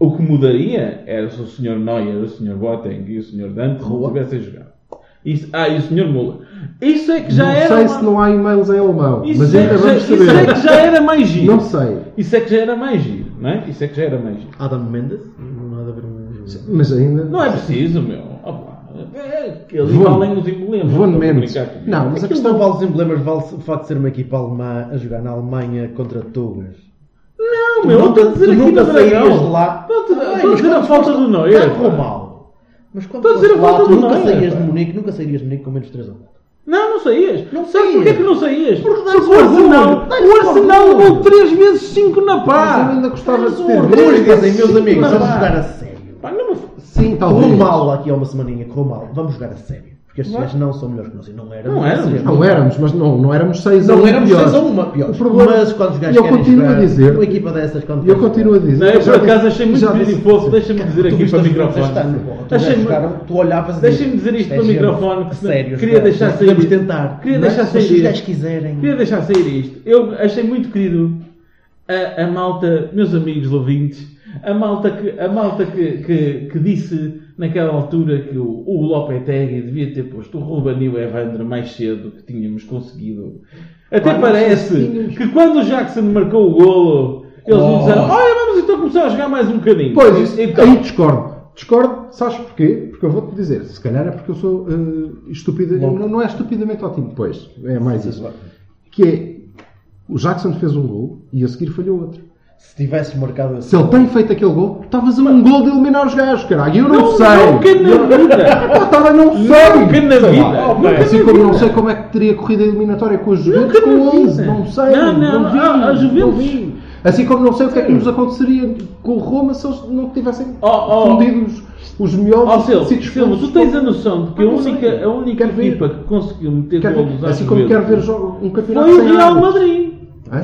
o que mudaria era se o Sr. Neuer, o Sr. Boateng e o Sr. Dante não Rua. tivessem jogado. Isso, ah, e o Sr. Mula. Isso é que já Não era. sei uma- se não há e-mails em alemão, Isso mas é ainda que já- vamos isso é que já saber. era mais giro. Não sei, Isso é que já era mais giro, não é? Isso é que já era mais giro. Adam Mendes? Não há de haver um... mas ainda. Não é preciso, meu. Opa, é aquele Vou- valem os emblemas. estão Vou de a menos. brincar É comigo. Não, mas Mas a aquilo questão. não vale os emblemas, vale o facto de ser uma equipa alemã a jogar na Alemanha contra Tugas. Não, meu, eu estou a dizer tu aqui nunca no saías Dragão. de lá. Estou a dizer- Ah, estou a mas dizer a quando falta do é, foste- Neuer. Correu mal. Mas quando Estou a dizer foste a lá, volta tu do nunca Neira, saías de pá. Munique, nunca saías de Munique com menos 3 a 1. Não, não saías. Não Sabes porquê saías. que não saías? Porque dá-lhes o Arsenal, orgulho. Dá-lhes o Arsenal orgulho. levou 3 vezes 5 na Mas eu pá. ainda gostava de Mas o ter orgulho, dois dizem, meus amigos, mas vamos vá. jogar a sério. Pá, não me- Sim, Correu talvez. mal aqui há uma semaninha, correu mal. Vamos jogar a sério. Porque estes Não é? gajos não são melhores que nós. E não éramos. Não éramos, Sim, Não éramos, mas não, não éramos 6 a 1. Não éramos piores. 6 a 1 piores. O problema- Mas quando os e gajos eu querem continuo jogar, a dizer- uma equipa dessas quando E eu continuo a dizer. Não, eu por já disse- acaso achei muito já bonito e disse- fofo. Deixa-me dizer aqui para o microfone. Achei-me- Tu olhavas e Deixem-me dizias, dizer isto "É para o gente, microfone, que se- Sérios, queria pá, deixar é? nós sair Podemos isto. tentar. Queria não é? deixar Se os sair gajos isto. quiserem. Queria deixar sair isto. Eu achei muito querido a, a malta, meus amigos ouvintes, a malta que, a malta que, que, que disse naquela altura que o, o Lopetegui devia ter posto o Ruben e o Evandro mais cedo que tínhamos conseguido. Até Ah, não sei se parece tínhamos. que quando o Jackson marcou o golo, eles me Oh. disseram: Olha, vamos então começar a jogar mais um bocadinho. Pois, isso- então, aí discordo. Discordo, sabes porquê? Porque eu vou-te dizer, se calhar é porque eu sou eh, estúpido, eu Louco. não, não é estupidamente ótimo, pois, é mais Sim, isso. sim. Que é, o Jackson fez um gol e a seguir falhou outro. Se tivesses marcado Se assim. ele tem feito aquele gol, estavas a um gol de eliminar os gajos, caralho, e eu não, não, sei. não, que na vida! Eu estava, não sei! Nunca na Sei lá. vida. Oh, Nunca assim na como não vida. sei como é que teria corrido a eliminatória com os Juventus Nunca com na 11, vida. não sei, Não, não, não, vi, a- a não Juventus- vi. Assim como não sei o que é que nos aconteceria com o Roma se eles não tivessem Oh, oh. fundido os, os melhores Ó Silva, sítios Silva, tu todos. tens a noção de que a Ah, não sei. única, a única Quero ver. equipa que conseguiu meter Quero- golos às Assim como vezes quero ver jogo- um campeonato foi o sem Real árbitros. Madrid. Hã?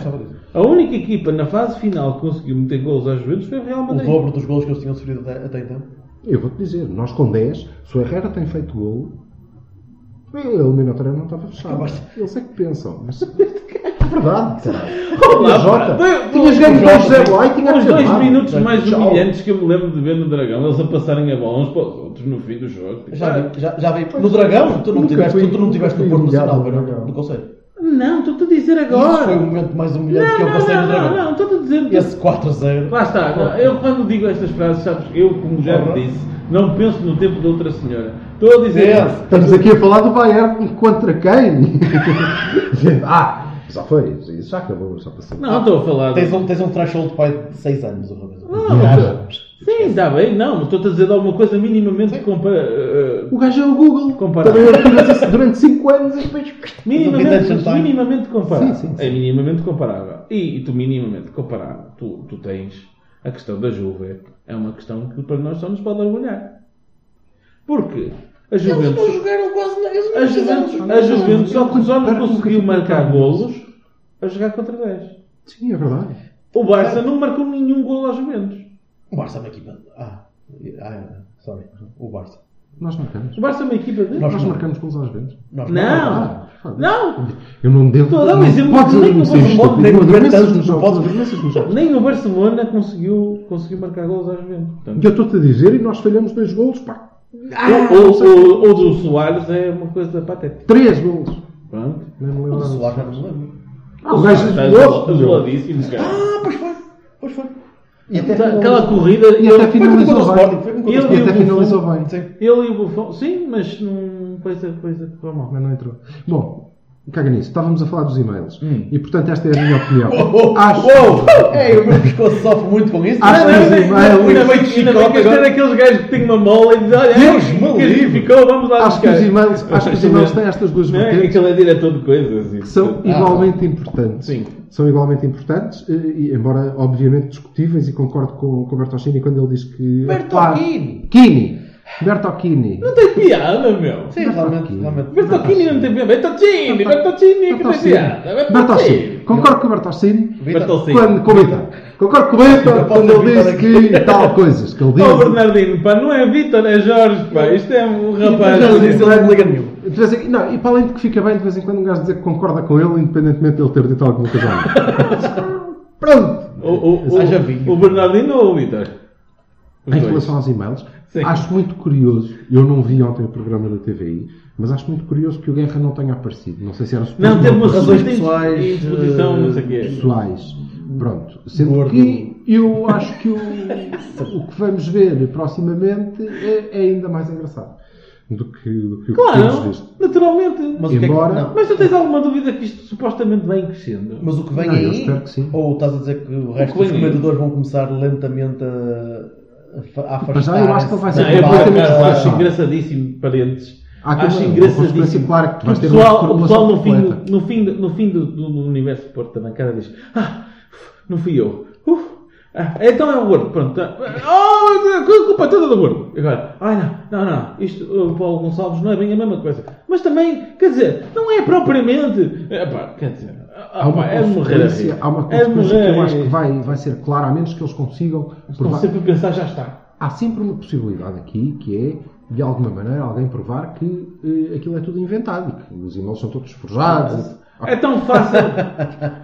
A única equipa na fase final que conseguiu meter golos às vezes foi o Real O Madrid. dobro dos gols que eles tinham sofrido até, até então. Eu vou-te dizer, nós com 10, se o Herrera tem feito gol, a eliminatória não estava fechada. Acabaste. Eles é que pensam. Mas... É verdade, caralho. Olá, Tinha Jota. pá. Dois- Tinhas ganho Jota, 2-0 lá e tinha Os dois acabado. minutos Tchau. mais humilhantes que eu me lembro de ver no Dragão, eles a passarem a bola uns para os outros no fim do jogo. Tipo, Já ah, vi, já, já vi. No Dragão? Tu não Nunca tiveste, fui- tu não tiveste no nunca Porto fui Nacional, humilhado no não? Dragão. No Conselho. Não, estou-te a dizer Isso foi o agora. momento mais Não, humilhante que eu não, passei no não, Dragão. não, estou-te a dizer. Esse 4 a 0. Lá está, não, eu quando digo estas frases, sabes, eu como já Uhum. te disse, não penso no tempo de outra senhora. Estou a dizer. Yes. Estamos aqui a falar do Bayern contra quem? Gente, ah, já foi. Isso já acabou, já passou. Não, estou a falar. Tens um, tens um threshold de pai de 6 anos, o Robinson. Não, Viaja. Sim, está bem, não, mas estou-te a dizer de alguma coisa minimamente compara, eh, O gajo é o Google. é Comparado. Também eu tive isso durante 5 anos e depois... minimamente, Vintage Time. minimamente comparável. Sim, sim, É minimamente comparável. E, e tu minimamente comparável, tu, tu tens a questão da Juve. É uma questão que para nós só nos pode orgulhar. Porque a Juventus, jogaram quase nada. Eles a Juventus, a Juventus só, só Espera, não conseguiu nunca- marcar golos a jogar contra 10. Sim, é verdade. O Barça não marcou nenhum golo à Juventus. O Barça é uma equipa. Ah, ah, sorry. O Barça. Nós marcamos. O Barça é uma equipa de. Nós Nós não. marcamos gols às vezes. Nós Não! Não! Eu não devo. Estou a dar um exemplo podes que nem adormecer, o Barcelona, estúpido. nem Não o adormeças Bertans, nos não jogos, podes- adormeces nos jogos. Nem o Barcelona conseguiu, conseguiu marcar gols às vezes. Ah, E eu estou-te a dizer, e nós falhamos dois golos, pá. ou, ou, ou do Soares é uma coisa patética. Três golos. Pronto. Nem me O lembro. Ah, Solar já não me lembro. O gajo Está louco, meu. isoladíssimo, cara. Ah, pois foi. Pois foi. Então, E até Aquela corrida, E ele, até finalizou Foi contra o Sporting, foi bem. contra o E Sporting. até finalizou bem. Sim. ele e o Buffon. Sim, mas não. Coisa, coisa que foi mal. Mas não entrou. Bom, caga nisso. Estávamos a falar dos e-mails. Hum. E portanto, esta é a minha opinião. Oh, Acho. É, o meu pescoço sofre muito com isso. Ah, Acho Não, é não, que não. sim. Ainda bem que- ainda bem que este é agora. daqueles gajos que têm uma mola e dizem: Olha, é, Deus que me este livre. ficou, vamos lá Acho que buscar. os e-mails, acho que os e-mails têm estas duas Não é que vertentes aquele é diretor de coisas. que isso. são Ah. igualmente importantes. Sim. São igualmente importantes, eh, e, embora obviamente discutíveis, e concordo com, com o Bertolini quando ele diz que. Bertolini. Ah, Kini! Bertolini! Não tem piada, meu. Sim, realmente, realmente. Bertocchini não tem piada. Bertocchini, Bertocchini, que tem piada. Bertolini! Bertocchini. Concordo com o Bertolini Vitor, quando comenta. Concordo com o Bertolini Eu posso quando ele evitar diz que tal coisas, que ele diz. Ó Bernardino, pá, não é Vitor, é Jorge, pá. Isto é um rapaz. Mas isso ele não é liga nenhum. De vez em- não, e para além de que fica bem, de vez em quando um gajo dizer que concorda com ele, independentemente de ele ter dito alguma coisa. ou não. Pronto! O, o, o, Haja vinho. o Bernardino ou o Vitor? Em relação aos e-mails, Sim. acho muito curioso, eu não vi ontem o programa da TVI, mas acho muito curioso que o Guerra não tenha aparecido. Não sei se era Não, teve umas razões razões pessoais. pessoais, Exposição, não sei o quê. eh, pessoais. Pronto. Sendo Gordo. que eu acho que o, o que vamos ver proximamente é, é ainda mais engraçado do que, do que o que Claro, temos visto. naturalmente. Mas o Mas, que é que- Embora- não. tu tens alguma dúvida que isto supostamente vem crescendo? Mas o que vem Não, eu aí, espero que sim. ou estás a dizer que o resto O que dos vem aí? comentadores vão começar lentamente a, a afastar. Mas já eu acho que ele vai ser Não, eu por completamente acaso acho desgastado. engraçadíssimo, parentes. Há aqui acho uma- uma engraçadíssimo. consequência clara que tu o vais ter uma pessoal, o reformulação pessoal no, fim, completa. no fim, do- no fim do, do- do universo de Porto da Bancada diz: Ah, não fui eu. Uf, ah, então é o gordo, pronto. tá. Oh, que culpa toda do gordo. Agora, ai não, não, não, isto, o Paulo Gonçalves não é bem a mesma coisa. Mas também, quer dizer, não é propriamente. É, pá, quer dizer, ah, Há uma pá, é de morrer. a consequência, rir. há uma é de consequência morrer que eu a acho que rir. vai, vai ser clara, a menos que eles consigam Estão provar. sempre a pensar, já está. Há sempre uma possibilidade aqui que é, de alguma maneira, alguém provar que eh, aquilo é tudo inventado e que os e-mails são todos forjados. É tão fácil.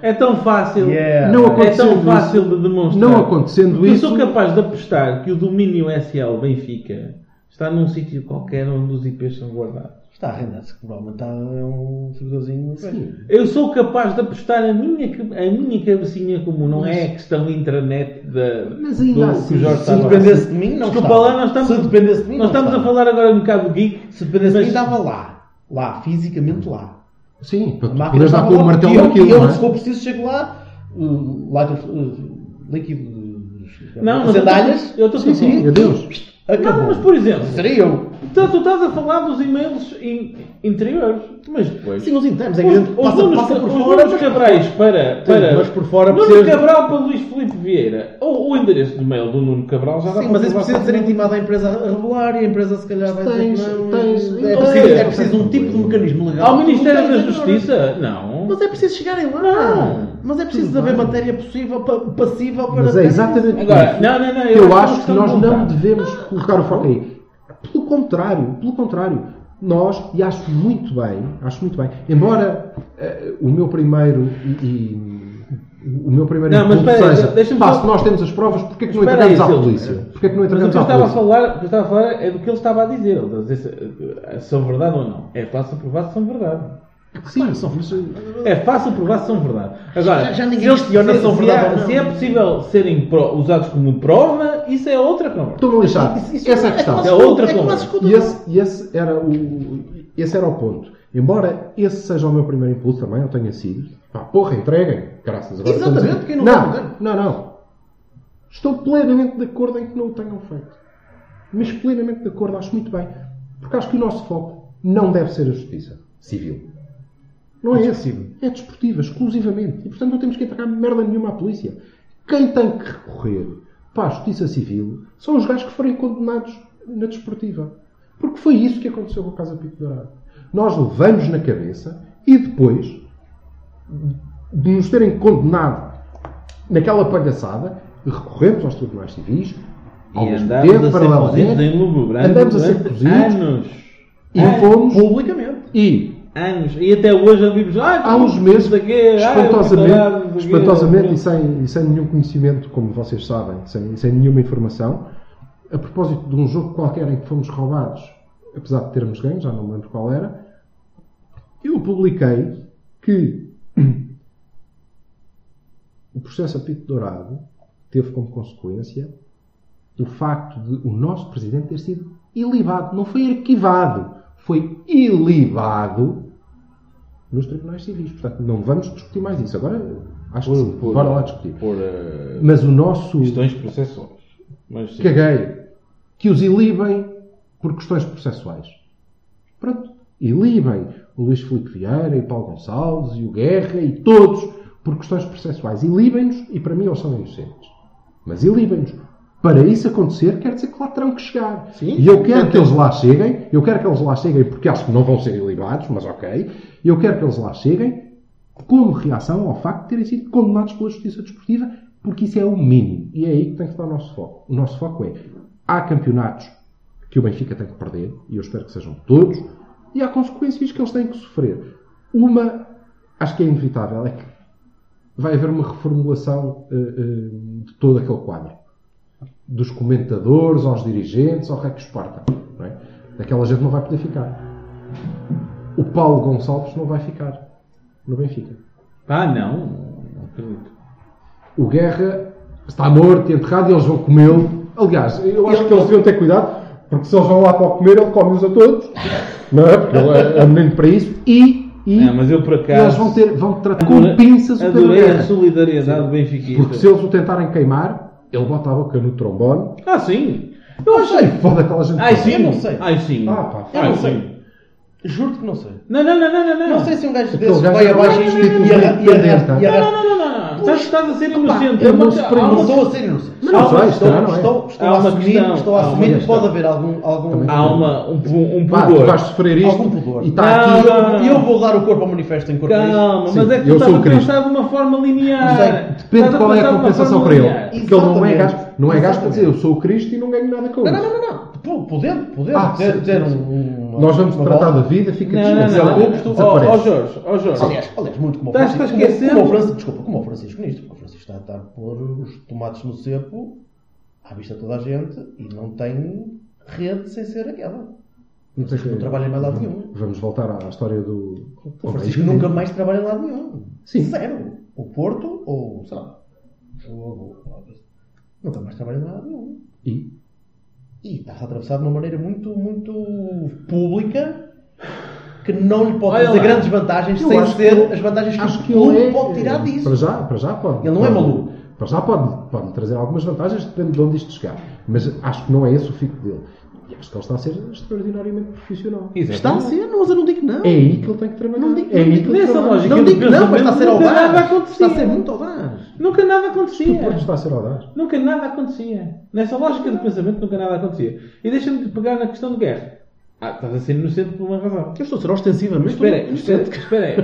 é tão fácil. Yeah. Não É acontecendo tão isso. fácil de demonstrar. Não acontecendo Eu isso- sou capaz de apostar que o domínio SL Benfica está num sítio qualquer onde os IPs são guardados. Está a arrendar-se, que provavelmente está é um servidorzinho. Ah, Sim. Eu sou capaz de apostar a minha, ca- a minha cabecinha, como não é a questão intranet da. Mas ainda do, assim, que o Jorge se estava a- dependesse de mim, não Desculpa estava. lá, nós estamos, Se dependesse de mim, não nós estamos a estava. falar agora um bocado geek. Se dependesse de mas- mim, estava lá. Lá, fisicamente lá. Sim, para A tu máquina poderes dar estava com o lá. martelo E eu, naquilo. e eu, não é? se for preciso, chego lá, uh, lá uh, líquido. Não, mas eu tô- Sandálias? eu tô- Sim, sim, adeus. Acabou. Não, mas por exemplo, Seria eu. Então, tu estás a falar dos e-mails in- interiores, mas depois. Sim, os internos. É que a Os, gente os passa, Nuno passa por os fora. Nuno Cabrais para. Sim, para mas por fora Nuno precisas- Cabral para Luís Filipe Vieira. Ou o endereço de e-mail do Nuno Cabral já dá Sim, para mas isso provar precisa de ser facilmente. intimado à empresa a revelar e a empresa se calhar vai Tens- dizer que não. tens- é, Ou preciso, seja, é preciso um tipo de mecanismo legal. Ao Ministério Não da tens agora. Justiça? Não. Mas é preciso chegarem lá. Não. Mas é preciso Tudo haver bem. matéria possível, pa- passível para... Mas é exatamente Agora, isso. não, não, não. Eu, acho uma que questão nós de não vontade. devemos colocar o foco aí. Pelo contrário, pelo contrário, nós, e acho muito bem, acho muito bem, embora eh, o meu primeiro e, e- o meu primeiro Não, mas impulso espera aí, seja, deixa-me pá, só- se nós temos as provas, porquê é que não Espera aí, entregamos à Silvio. polícia? Porquê é que não Mas o entregamos que eu à estava a polícia? falar, o que eu estava a falar é do que ele estava a dizer. Ele a dizer se- se eh, são verdade ou não. É fácil provar se são verdade. Sim, mas, É fácil provar se são verdade. Agora, Já- já ninguém se eles- questiona se são verdade há- ou não. Se é possível serem pro- usados como prova, isso é outra conversa. Estou-me a lixar. Essa é a questão. quase É outra escudo, conversa. quase escudo. E esse, e esse era o, esse era o ponto. Embora esse seja o meu primeiro impulso também, eu tenha sido. Pá, porra, entreguem. Graças agora Exatamente, estamos a- quem não vai não, meter? não, não. Estou plenamente de acordo em que não o tenham feito. Mas plenamente de acordo, acho muito bem. Porque acho que o nosso foco não deve ser a justiça civil. Não é esse. É desportiva, exclusivamente. E portanto não temos que entregar merda nenhuma à polícia. Quem tem que recorrer para a justiça civil são os gajos que forem condenados na desportiva. Porque foi isso que aconteceu com a Casa Pico Dourado. Nós levamos na cabeça e depois de nos terem condenado naquela palhaçada, recorremos aos tribunais civis, ao E mesmo andámos tempo, a ser cozidos paralelamente, em lubro andamos a ser cozidos Anos. e fomos, Publicamente. e Anos. E até hoje ouvimos. Ah, há uns meses, isso é aqui, ah, cuidado, espantosamente, isso aqui. espantosamente e, sem, e sem nenhum conhecimento, como vocês sabem, sem, sem nenhuma informação, a propósito de um jogo qualquer em que fomos roubados, apesar de termos ganho, já não me lembro qual era, eu publiquei que o processo a Pito Dourado teve como consequência o facto de o nosso presidente ter sido ilibado. Não foi arquivado, foi ilibado nos tribunais civis. Portanto, não vamos discutir mais isso. Agora, acho que sim. por- Bora lá discutir. Por eh, Mas o nosso questões processuais. Mas é sim. caguei que os ilibem por questões processuais. Pronto. Ilibem o Luís Filipe Vieira e o Paulo Gonçalves e o Guerra e todos por questões processuais. Ilibem-nos e para mim eles são inocentes. Mas ilibem-nos. Para isso acontecer, quer dizer que lá terão que chegar. Sim. e eu quero que eles lá cheguem, eu quero que eles lá cheguem porque acho que não vão ser ilibados, mas ok. Eu quero que eles lá cheguem como reação ao facto de terem sido condenados pela justiça desportiva, porque isso é o mínimo. E é aí que tem que estar o nosso foco. O nosso foco é: há campeonatos que o Benfica tem que perder, e eu espero que sejam todos, e há consequências que eles têm que sofrer. Uma, acho que é inevitável, é que vai haver uma reformulação eh, eh, de todo aquele quadro. Dos comentadores, aos dirigentes, ao Rex Sparta. Não é? Aquela gente não vai poder ficar. O Paulo Gonçalves não vai ficar no Benfica. Ah, não. Não acredito. O Guerra está morto e enterrado e eles vão comê-lo. Aliás, eu acho que eles deviam ter cuidado, porque se eles vão lá para o comer, ele come-os a todos. Não é? Porque ele é- é menino para isso. E, e Não, É, mas eu por acaso. eles vão, ter, vão tratar adorei- com pinças o Pedro Adorei a Guerra. solidariedade benfiquista. Porque se eles o tentarem queimar, Ele bota a boca no trombone. Ah, sim. Eu achei foda aquela gente. Ai, sim. Eu não sei. Ai, sim. Ah, pá, Eu foda. não Ah, sei. Juro que não sei. Não, não, não, não, não. Não, Não sei se um gajo Aquele desses gajo vai era abaixo um dos tipo tipos e arra- e arra- e Não, não, arra- não, não, não, não. Estás, estás a ser inocente. eu Há uma- não sei, há Não uma- estou a ser inocente. Mas não Estou- sei, estou- será, não é? Estou estou Há a uma assumir, questão, estou a há uma assumir que questão. pode haver algum. algum... Também. Há uma, um, pu- um Pá, Ah, tu pudor. vais sofrer isto. Algum pudor. E está Não, aqui. não, E eu vou dar o corpo ao manifesto em corpo a isto. Calma, Sim, mas é que tu eu sou estás a o Cristo. pensar de uma forma linear. Não sei, Depende Estás de a qual é pensar a de uma compensação forma para ele. linear. Porque ele não é Exatamente. gajo, não é gajo para dizer eu Exatamente. sou o Cristo e não ganho nada com Não, isso. não, não, não. não. Podendo, podendo Ah, ter, sim, ter sim. um. uma- Nós vamos uma tratar da volta. vida, fica Não, não, descansado. não, não. é Desaparece. é Ó, ó Jorge, ó Jorge. Aliás, aliás, muito como o Estás-te Francisco. a como- esquecer? Como o Francisco, desculpa, como o Francisco nisto. Porque o Francisco está a estar por os tomates no cepo, à vista de toda a gente, e não tem rede sem ser aquela. Não sei Não que- trabalha em mais lado nenhum. Vamos voltar à à história do. O Francisco nunca mais trabalha em lado nenhum. Sim. Zero. O Porto ou, sei lá, ou- ou- Nunca mais trabalha em lado nenhum. E? E está-se a atravessar de uma maneira muito, muito pública que não lhe pode Olha trazer lá. grandes vantagens Eu sem acho que ser ele- as vantagens que Acho o que ele é. clube pode tirar disso. Para já, para já pode. Ele não é pode- maluco. Para já pode, pode trazer algumas vantagens, depende de onde isto chegar. Mas acho que não é esse o fico dele. E acho que ele está a ser extraordinariamente profissional. Está a ser, não, mas eu não digo não. É aí que ele tem que trabalhar. Não digo- é não aí que digo ele nessa trabalha. lógica. Não digo não, mas está a ser Nunca nada audaz. acontecia. Está a ser muito audaz. Nunca nada O Porto acontecia. está a ser audaz. Nunca nada acontecia. Nessa lógica de pensamento, nunca nada acontecia. E deixa-me de pegar na questão de guerra. Ah, estás a ser inocente por uma razão. Eu estou a ser ostensivamente. é- Espera aí, espera espera aí.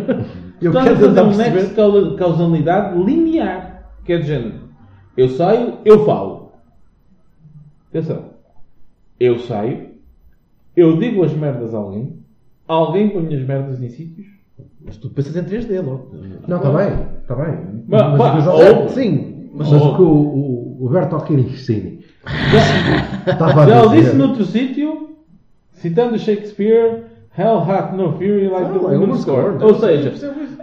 Eu Estás quero a fazer tentar um perceber. nexo de cau- causalidade linear. Que é de género. Eu saio, eu falo. Atenção. Eu saio, eu digo as merdas a alguém, alguém põe as merdas em sítios. Mas tu pensas em 3D logo. Não, está bem, está bem. Mas, pá, Oh. eu já- ou- sim, mas ou- o que o, o, o Berto Kirchini estava Já a o dizer... disse noutro sítio, citando Shakespeare, Hell hath no fury like the Não, é wind um of scorn. scorn. Ou seja,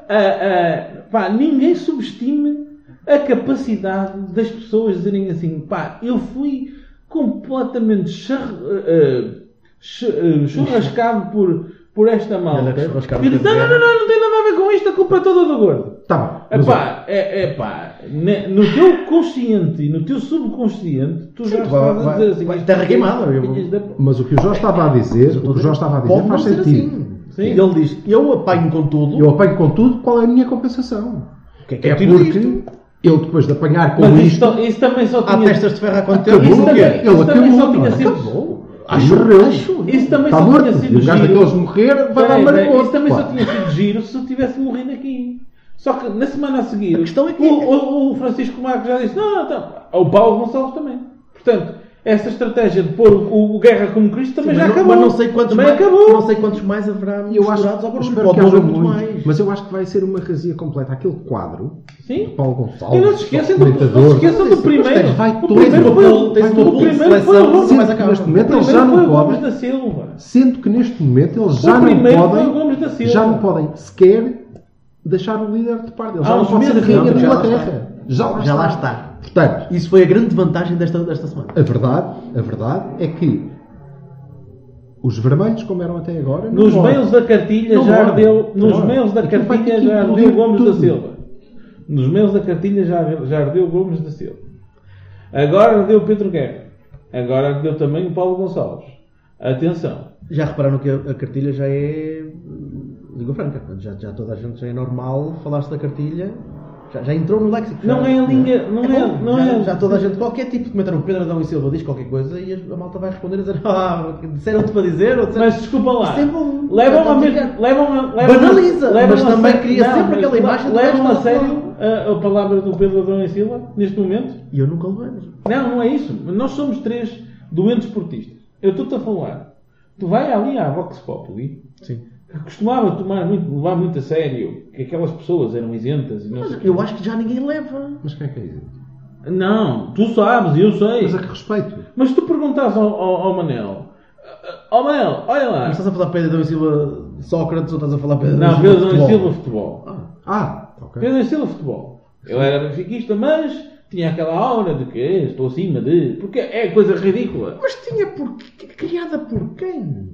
a- a- pá, ninguém subestime a capacidade das pessoas dizerem assim, pá, eu fui completamente char- eh, eh, chu- eh, churrascado por, por esta malta. Ele é churrascado E diz, não, por não, não, não, não tem nada a ver com isto, a culpa é toda do gordo. Está bem. Tá mas Epá, é, é pá, ne- no teu consciente e no teu subconsciente, tu já tu estás vai- a dizer vai- assim. vai- isto- terra queimada, eu- filhas da- o- Mas o que o Jorge estava a dizer, o que o Jorge estava a dizer Pode não faz ser sentido. assim. Sim. E Ele diz: Eu apanho com tudo. Eu apanho com tudo, qual é a minha compensação? O que é que É eu tiro porque disto? eu depois de apanhar com Mas isto, isto, isso também só Há tinha. testas de ferro há quanto tempo? acabou, isso também- ele isso também só acabou, tinha não é? sido- acabou. Acho- morreu. acho- Isso também Está só morto. tinha E sido o gajo giro. daqueles morrer vai dar Peraí, mar peraí, morto. isso também pá. só tinha sido giro se eu tivesse morrido aqui. Só que na semana a seguir. A questão é que- O, o- o Francisco Marcos já disse: não, não, não. O Paulo Gonçalves também. Portanto, essa estratégia de pôr o, o Guerra como Cristo também Mas já não- acabou. Mas não sei quantos também mais, acabou. Não sei quantos mais haverá Eu acho, misturados ao barulho. espero Pode que não haja haver muito muito, mais. mas eu acho que vai ser uma razia completa. Aquele quadro Sim. do Paulo Gonçalves, E não se esqueçam do, comentador, não se esqueçam do Mas primeiro. tens- vai o todo- primeiro foi o, tens todo o o primeiro foi o seleção, Gomes. sim, Sendo mas que acaba. neste O momento ele primeiro já foi o não Gomes podem, da Silva. sendo que neste momento eles já O não primeiro foi o podem, Gomes da Silva. já não podem sequer deixar o líder de parte. Ele Há já não uns pode ser meses, rainha não, da já lá Inglaterra. Já lá, Já lá está. está. Portanto, Isso foi a grande vantagem desta, desta semana. a verdade, a verdade é que os vermelhos, como eram até agora, não Nos podem. mails da cartilha Não já morre. ardeu. Nos Não. mails da Aquilo vai cartilha ter que já ardeu o incluir Gomes da tudo. Silva. Nos mails da cartilha já, já ardeu o Gomes da Silva. Agora ardeu o Pedro Guerra. Agora ardeu também o Paulo Gonçalves. Atenção. Já repararam que a, a cartilha já é. hum, Língua franca. Portanto, Já, já toda a gente já é normal falar-se da cartilha. Já, já entrou no léxico. já- Não é a língua- não é- bom, não já, é- já toda a gente, qualquer tipo de comentário, o Pedro Adão e Silva diz qualquer coisa e a, a malta vai responder e dizer: Ah, disseram-te para dizer ou disseram Mas desculpa lá. Isso é bom. Levam a Pode mesma. ficar. Levam a, levam Banaliza, a, levam mas a também sério- cria sempre mas aquela imagem de Levam a gajo maluco. sério a, a palavra do Pedro Adão e Silva neste momento? E eu nunca levei. Não, não é isso. Nós somos três doentes portistas. Eu estou-te a falar. Tu vai ali à Vox Populi, Sim. que costumava tomar muito, levar muito a sério que aquelas pessoas eram isentas e não sei o Mas quê. eu acho que já ninguém leva. Mas quem é que é isso? Não, tu sabes, eu sei. Mas Mas, a que respeito? tu perguntas ao, ao, ao Manel. "Ah, ah, Ó Manel, olha lá. Mas estás a falar Pedro Adão e Silva Sócrates ou estás a falar Pedro Não, Adão e Pedro Silva? Adão e futebol? Silva futebol. Ah, ok. Pedro Silva Futebol. Eu era benfiquista, mas tinha aquela aura de que eh, estou acima de. Porque é coisa ridícula. Mas tinha por... criada por quem?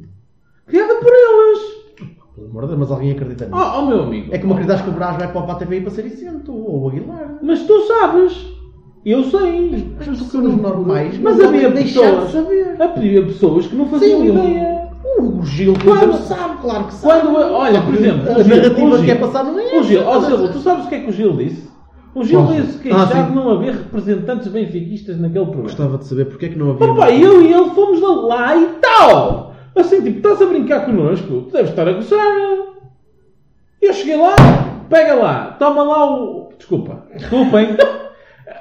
Criada por eles! Pelo amor de Deus, mas alguém acredita nisso. Oh, oh, meu amigo. É como acreditas que o Brás vai para o PATVI para ser isento, ou o Aguilar. Mas tu sabes. Eu sei. Mas pessoas normais Mas não havia podem deixar de pessoas. saber. Havia pessoas que não faziam Sim, ideia. O Gil, por Quando- exemplo, sabe, claro que sabe. Quando, olha, por exemplo, a o Gil- o narrativa Gil- que é passar não é O Gil, ó essa. Silva, tu sabes o que é que o Gil disse? O Gil Qual? veio-se queixar Ah, sim. de não haver representantes benfiquistas naquele programa. Gostava de saber porque é que não havia. Opa, eu e ele fomos lá e tal! Assim, tipo, estás a brincar connosco? Tu deves estar a gozar! Eu cheguei lá, pega lá, toma lá o. Desculpa, desculpem.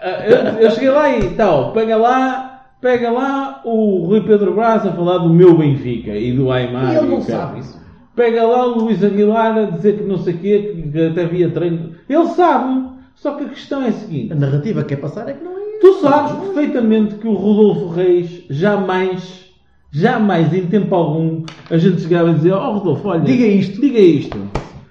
Ah, eu, eu cheguei lá e tal, pega lá, pega lá o Rui Pedro Brás a falar do meu Benfica e do Aymar. E ele o não cara. sabe isso. Pega lá o Luís Aguilar a dizer que não sei o quê, que até havia treino. Ele sabe, só que a questão é a seguinte: A narrativa que é passar é que não é. Tu sabes perfeitamente que o Rodolfo Reis jamais, jamais em tempo algum a gente chegava a dizer: Oh Rodolfo, olha, Diga isto. diga isto.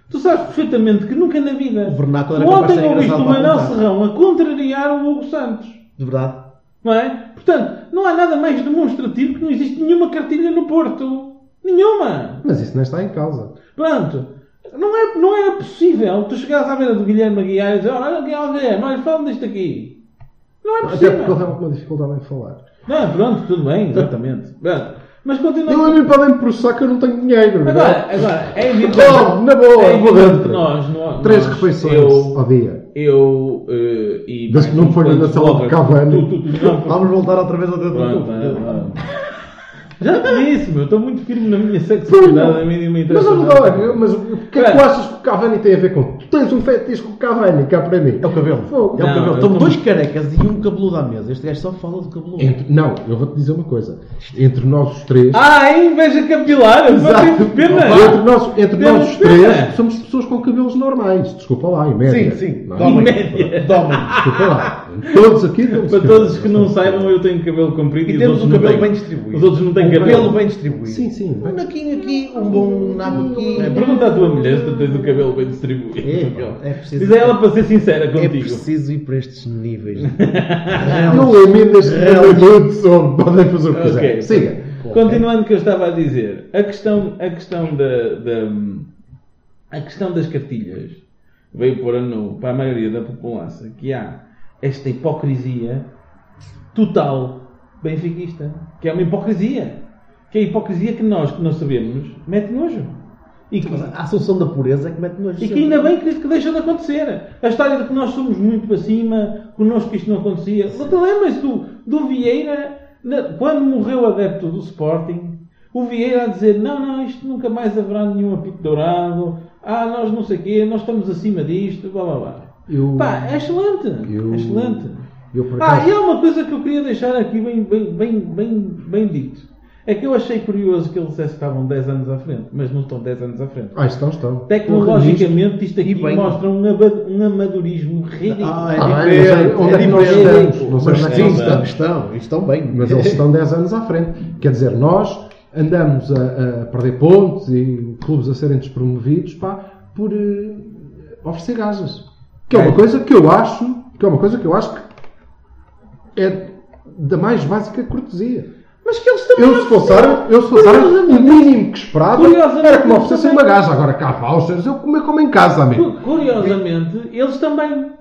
Tu sabes perfeitamente que nunca na vida. O vernáculo era capaz de Ontem ser ouviste engraçado o para Manuel apontar. Serrão a contrariar o Hugo Santos. De verdade. Não é? Portanto, não há nada mais demonstrativo que não existe nenhuma cartilha no Porto. Nenhuma! Mas isso não está em causa. Pronto. Não, é, não era possível tu chegares à beira do Guilherme Aguiar e dizer olha Guilherme, Guilherme, olha, fala-me disto aqui. Não é Até possível. porque ele tem alguma dificuldade em falar. Não, pronto, tudo bem, exatamente. Pronto. Mas Tá. Não a continuamos. mim podem processar que eu não tenho dinheiro. não é? Agora, agora, é evidente. Bom, na boa, é vou evidente dentro. que nós, nós, Três nós, refeições Eu, ao dia. eu eh, e. Desde que não foi na sala de é, né? Cavani. Tu, tu, tu, Ah, não, pronto, Vamos voltar outra vez ao teu pronto, tempo. pronto. Já te disse, meu, estou muito firme na minha Foi, sexualidade, não. a mim não me Mas interessa. nada. agora, mas o que é que Claro. tu achas que o Cavani tem a ver com? Tu tens um fetiche com o Cavani, cá para mim. É o cabelo. Fogo. É o Não, cabelo. eu Estão tô- dois carecas e um cabeludo à mesa. Este gajo só fala do cabeludo. Entre- não, eu vou-te dizer uma coisa. Entre nós os três. Ah, é inveja capilar, mas tenho pena. Entre nós, entre Temos nós os pena. três, somos pessoas com cabelos normais. Desculpa lá, em média. Não é? Domem. Média. Domem. Desculpa lá. Todos aqui temos Para cabelos. todos os que não saibam, eu tenho cabelo comprido e, E os temos outros um não cabelo têm. bem distribuído. Os outros não têm um cabelo. cabelo bem distribuído. Sim, sim. Um naquinho aqui, um bom nabo aqui. É, Pergunta à tua mulher se tu tens o cabelo bem distribuído. É, é preciso- Diz a ela para ser sincera É contigo. preciso ir para estes níveis. Não é Não lembrem deste primeiro de sono. Podem fazer o que Ok. quiserem. Siga. Continuando o que eu estava a dizer, a questão, a questão da, da- a questão das cartilhas veio pôr a nu para a maioria da população que há esta hipocrisia total benfiquista, que é uma hipocrisia, que é a hipocrisia que nós que não sabemos mete nojo e que, A assunção da pureza é que mete nojo. E que ainda bem que, que deixa de acontecer. A história de que nós somos muito para cima, connosco isto não acontecia. Não te lembras do, do Vieira, na- quando morreu o adepto do Sporting, o Vieira a dizer: não, não, isto nunca mais haverá nenhum apito dourado, ah, nós não sei o quê, nós estamos acima disto, blá blá blá. Eu- Pá, é excelente! Eu- é excelente! eu, por Ah, acaso- e há uma coisa que eu queria deixar aqui bem, bem, bem, bem, bem dito. É que eu achei curioso que eles dissessem que estavam 10 anos à frente, mas não estão 10 anos à frente. Ah, estão, estão. Tecnologicamente, isto aqui E bem. mostra um, aba- um amadorismo ridículo. Ah, é Ah, mas diferente. aí, onde é que nós estamos? Não sei Mas onde é que sim, nós estão, estamos. estão, estão bem. Mas eles estão 10 anos à frente. Quer dizer, nós andamos a, a perder pontos e clubes a serem despromovidos pá, por eh, oferecer gajas. Que é uma coisa que eu acho, que é uma coisa que eu acho que é da mais básica cortesia. Mas que eles também. Eu se fosse árabe, eu se fosse árabe, o mínimo que esperava Curiosamente, era que me oferecessem também- uma gaja. Agora cá vouchers, eu comer como em casa, amigo. cu- Curiosamente, eles também.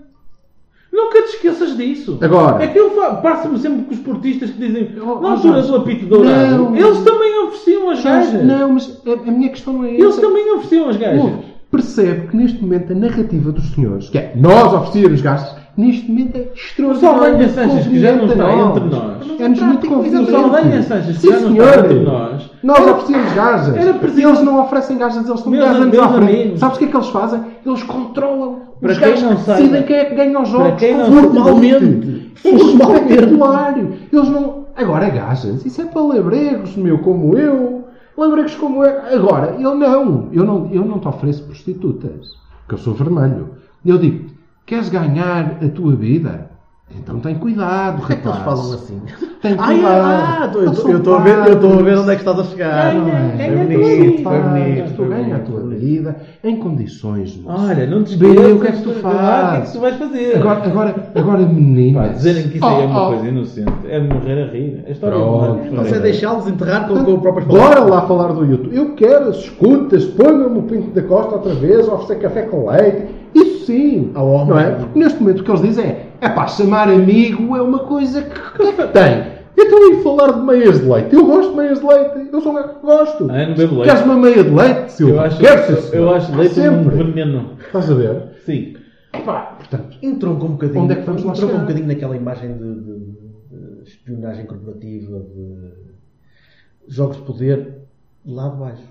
Nunca te esqueças disso. Agora. É que eu fa- passo-me sempre com os portistas que dizem Oh, na oh, altura Jorge. do apito dourado. Não. Eles também ofereciam as gajas. Não, mas a, a minha questão não é Eles essa. também ofereciam as gajas. Ouve, percebe que neste momento a narrativa dos senhores, que é nós oferecermos gastos, neste momento é Saldanha extraordinário. Sanches, que já não está entre nós. É-nos muito conveniente. Saldanha Sanches, que Sim, já não senhor. está entre nós. Nós Era- oferecemos gajas. era preciso- Eles não oferecem gajas, eles estão Meus 10 anos à amigos, frente. amigos. Sabes o que é que eles fazem? Eles controlam Para os quem gajos não que saiba- decidem quem é que ganha os jogos. Para quem não formalmente. Formalmente. Espetacular. Eles não... Agora, gajas, isso é para labregos, meu, como eu. Labregos como eu. Agora, eu não. Eu não, eu não te ofereço prostitutas. Porque eu sou vermelho. Eu digo, queres ganhar a tua vida? Então tem cuidado, Por que é que eles rapaz. falam assim? Tem Ai, cuidado. ah, tô- eu Eles tô- são eu estou a ver, eu estou a ver padres. onde é que estás a chegar. Ganha, Não é? Foi ganha a tua bonito, vida. foi bonito, Tu foi ganha a bonito, tua foi bonito. vida em condições, moço. Olha, não te Vê esqueças. o que é que tu de lá, O que é que fazes. tu vais fazer? Agora, agora, agora meninas. Pá, dizerem que isso aí é uma Oh, oh. coisa inocente é de morrer a rir. A história Pronto. é de morrer a Você rir. deixá-los enterrar com, com o próprio Bora lá falar do YouTube. Eu quero as escutas, ponham-me o Pinto da Costa outra vez, oferecer café com leite. Isso sim. Ao homem. Não é? Porque neste momento o que eles dizem é É pá, chamar amigo é uma coisa que, que é que tem. Então e falar de meias de leite? Eu gosto de meias de leite. Eu sou um gajo que gosto. Ah, eu não bebo leite. Queres uma meia de leite, Silva? Eu acho, Queres, eu, senhor? acho Há leite um sempre. veneno. Estás a ver? Sim. É Pá, portanto, Entroncou um bocadinho. Onde é que vamos lá entroncou um chegar? bocadinho naquela imagem de, de- de espionagem corporativa, de jogos de poder, lá de baixo.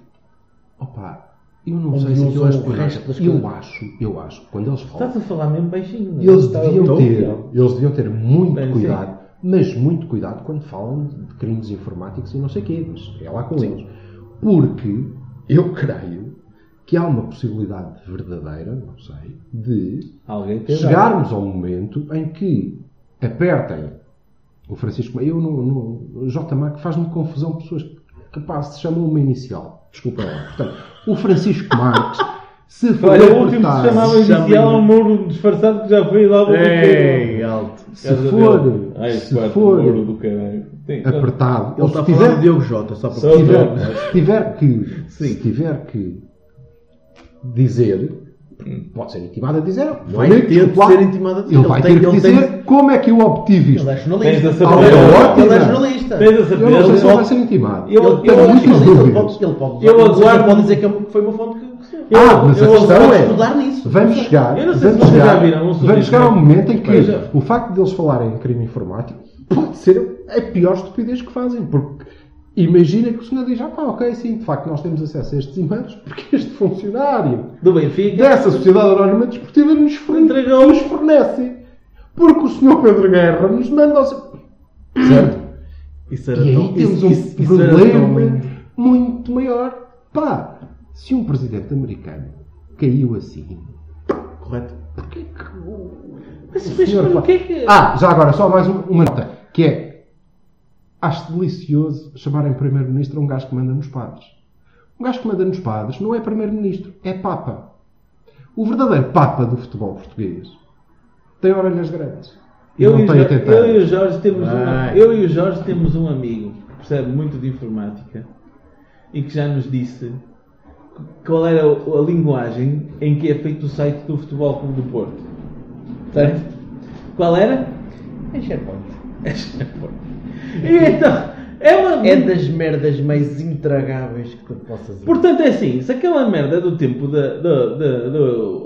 opá, eu não Onde sei se não aquilo usam é o espionagem. resto das Eu coisas. acho, eu acho, que quando eles falam Estás a falar mesmo baixinho. não é? Eles Estás- deviam Estou. ter, então, eles deviam ter muito Bem, cuidado, mas muito cuidado quando falam de crimes informáticos e não sei quê, mas é lá com eles. Porque eu creio que há uma possibilidade verdadeira, não sei, de Alguém teve. chegarmos ao momento em que apertem o Francisco. Eu no, no J. Marco faz-me confusão pessoas que pá, se chamam uma inicial. Desculpa lá. Portanto, o Francisco Marques, se for Olha, o último que apertado- se chamava inicial é um muro disfarçado que já foi lá do Ei, alto. se for, Ah, Ai, se quarto for É muro do caralho. Sim, apertado, Ele ou está se a falar do tiver, Diogo Jota, só para Só- se tiver- se tiver que, Sim. se tiver que dizer, pode ser intimado a dizer, Vai obviamente, é ter de desculpa lá, ser intimado a dizer. Ele vai tem- ter que ele tem- dizer como é que eu obtive Ele é isto. Tens jornalista. a Ele certeza. é Ótimo. jornalista. Tens a Eu não sei se certeza. ele vai ser intimado. Eu- Ele eu- é muitas jornalista, ele dúvidas. pode- Ele pode Eu ele aguardo- pode dizer que é um- foi uma fonte que recebeu. Ah, mas eu a questão Pode é, estudar nisso. vamos chegar, Eu não sei se vamos vocês já chegar, viram um sorriso, vamos chegar ao né? momento em que Pois é. o facto de eles falarem em crime informático pode ser a pior estupidez que fazem, porque imagina que o senhor diz, ah pá, ok, sim, de facto nós temos acesso a estes e-mails porque este funcionário Do Benfica. dessa sociedade anónima desportiva nos, forne- Entregou. nos fornece, porque o senhor Pedro Guerra nos manda ao... seu- Certo? Isso E Então, aí tão- temos isso- um isso- isso era tão problema lindo. muito maior. Pá, se um presidente americano caiu assim, Correto. porquê que o Mas, mas senhor por fala- que é que. Ah, já agora, só mais um- uma nota, que é, acho delicioso chamarem primeiro-ministro a um gajo que manda nos padres. Um gajo que manda nos padres não é primeiro-ministro, é papa. O verdadeiro papa do futebol português tem orelhas grandes. E Eu, não e o tem Jo- 80 eu e anos. o Jorge temos um, Vai. eu e o Jorge temos um amigo que percebe muito de informática e que já nos disse qual era o- a linguagem em que é feito o site do Futebol Clube do Porto. Certo? Qual era? É SharePoint. E então, é uma É das merdas mais intragáveis que tu possas ver. Portanto, é assim, se aquela merda é do tempo da, da, da, da-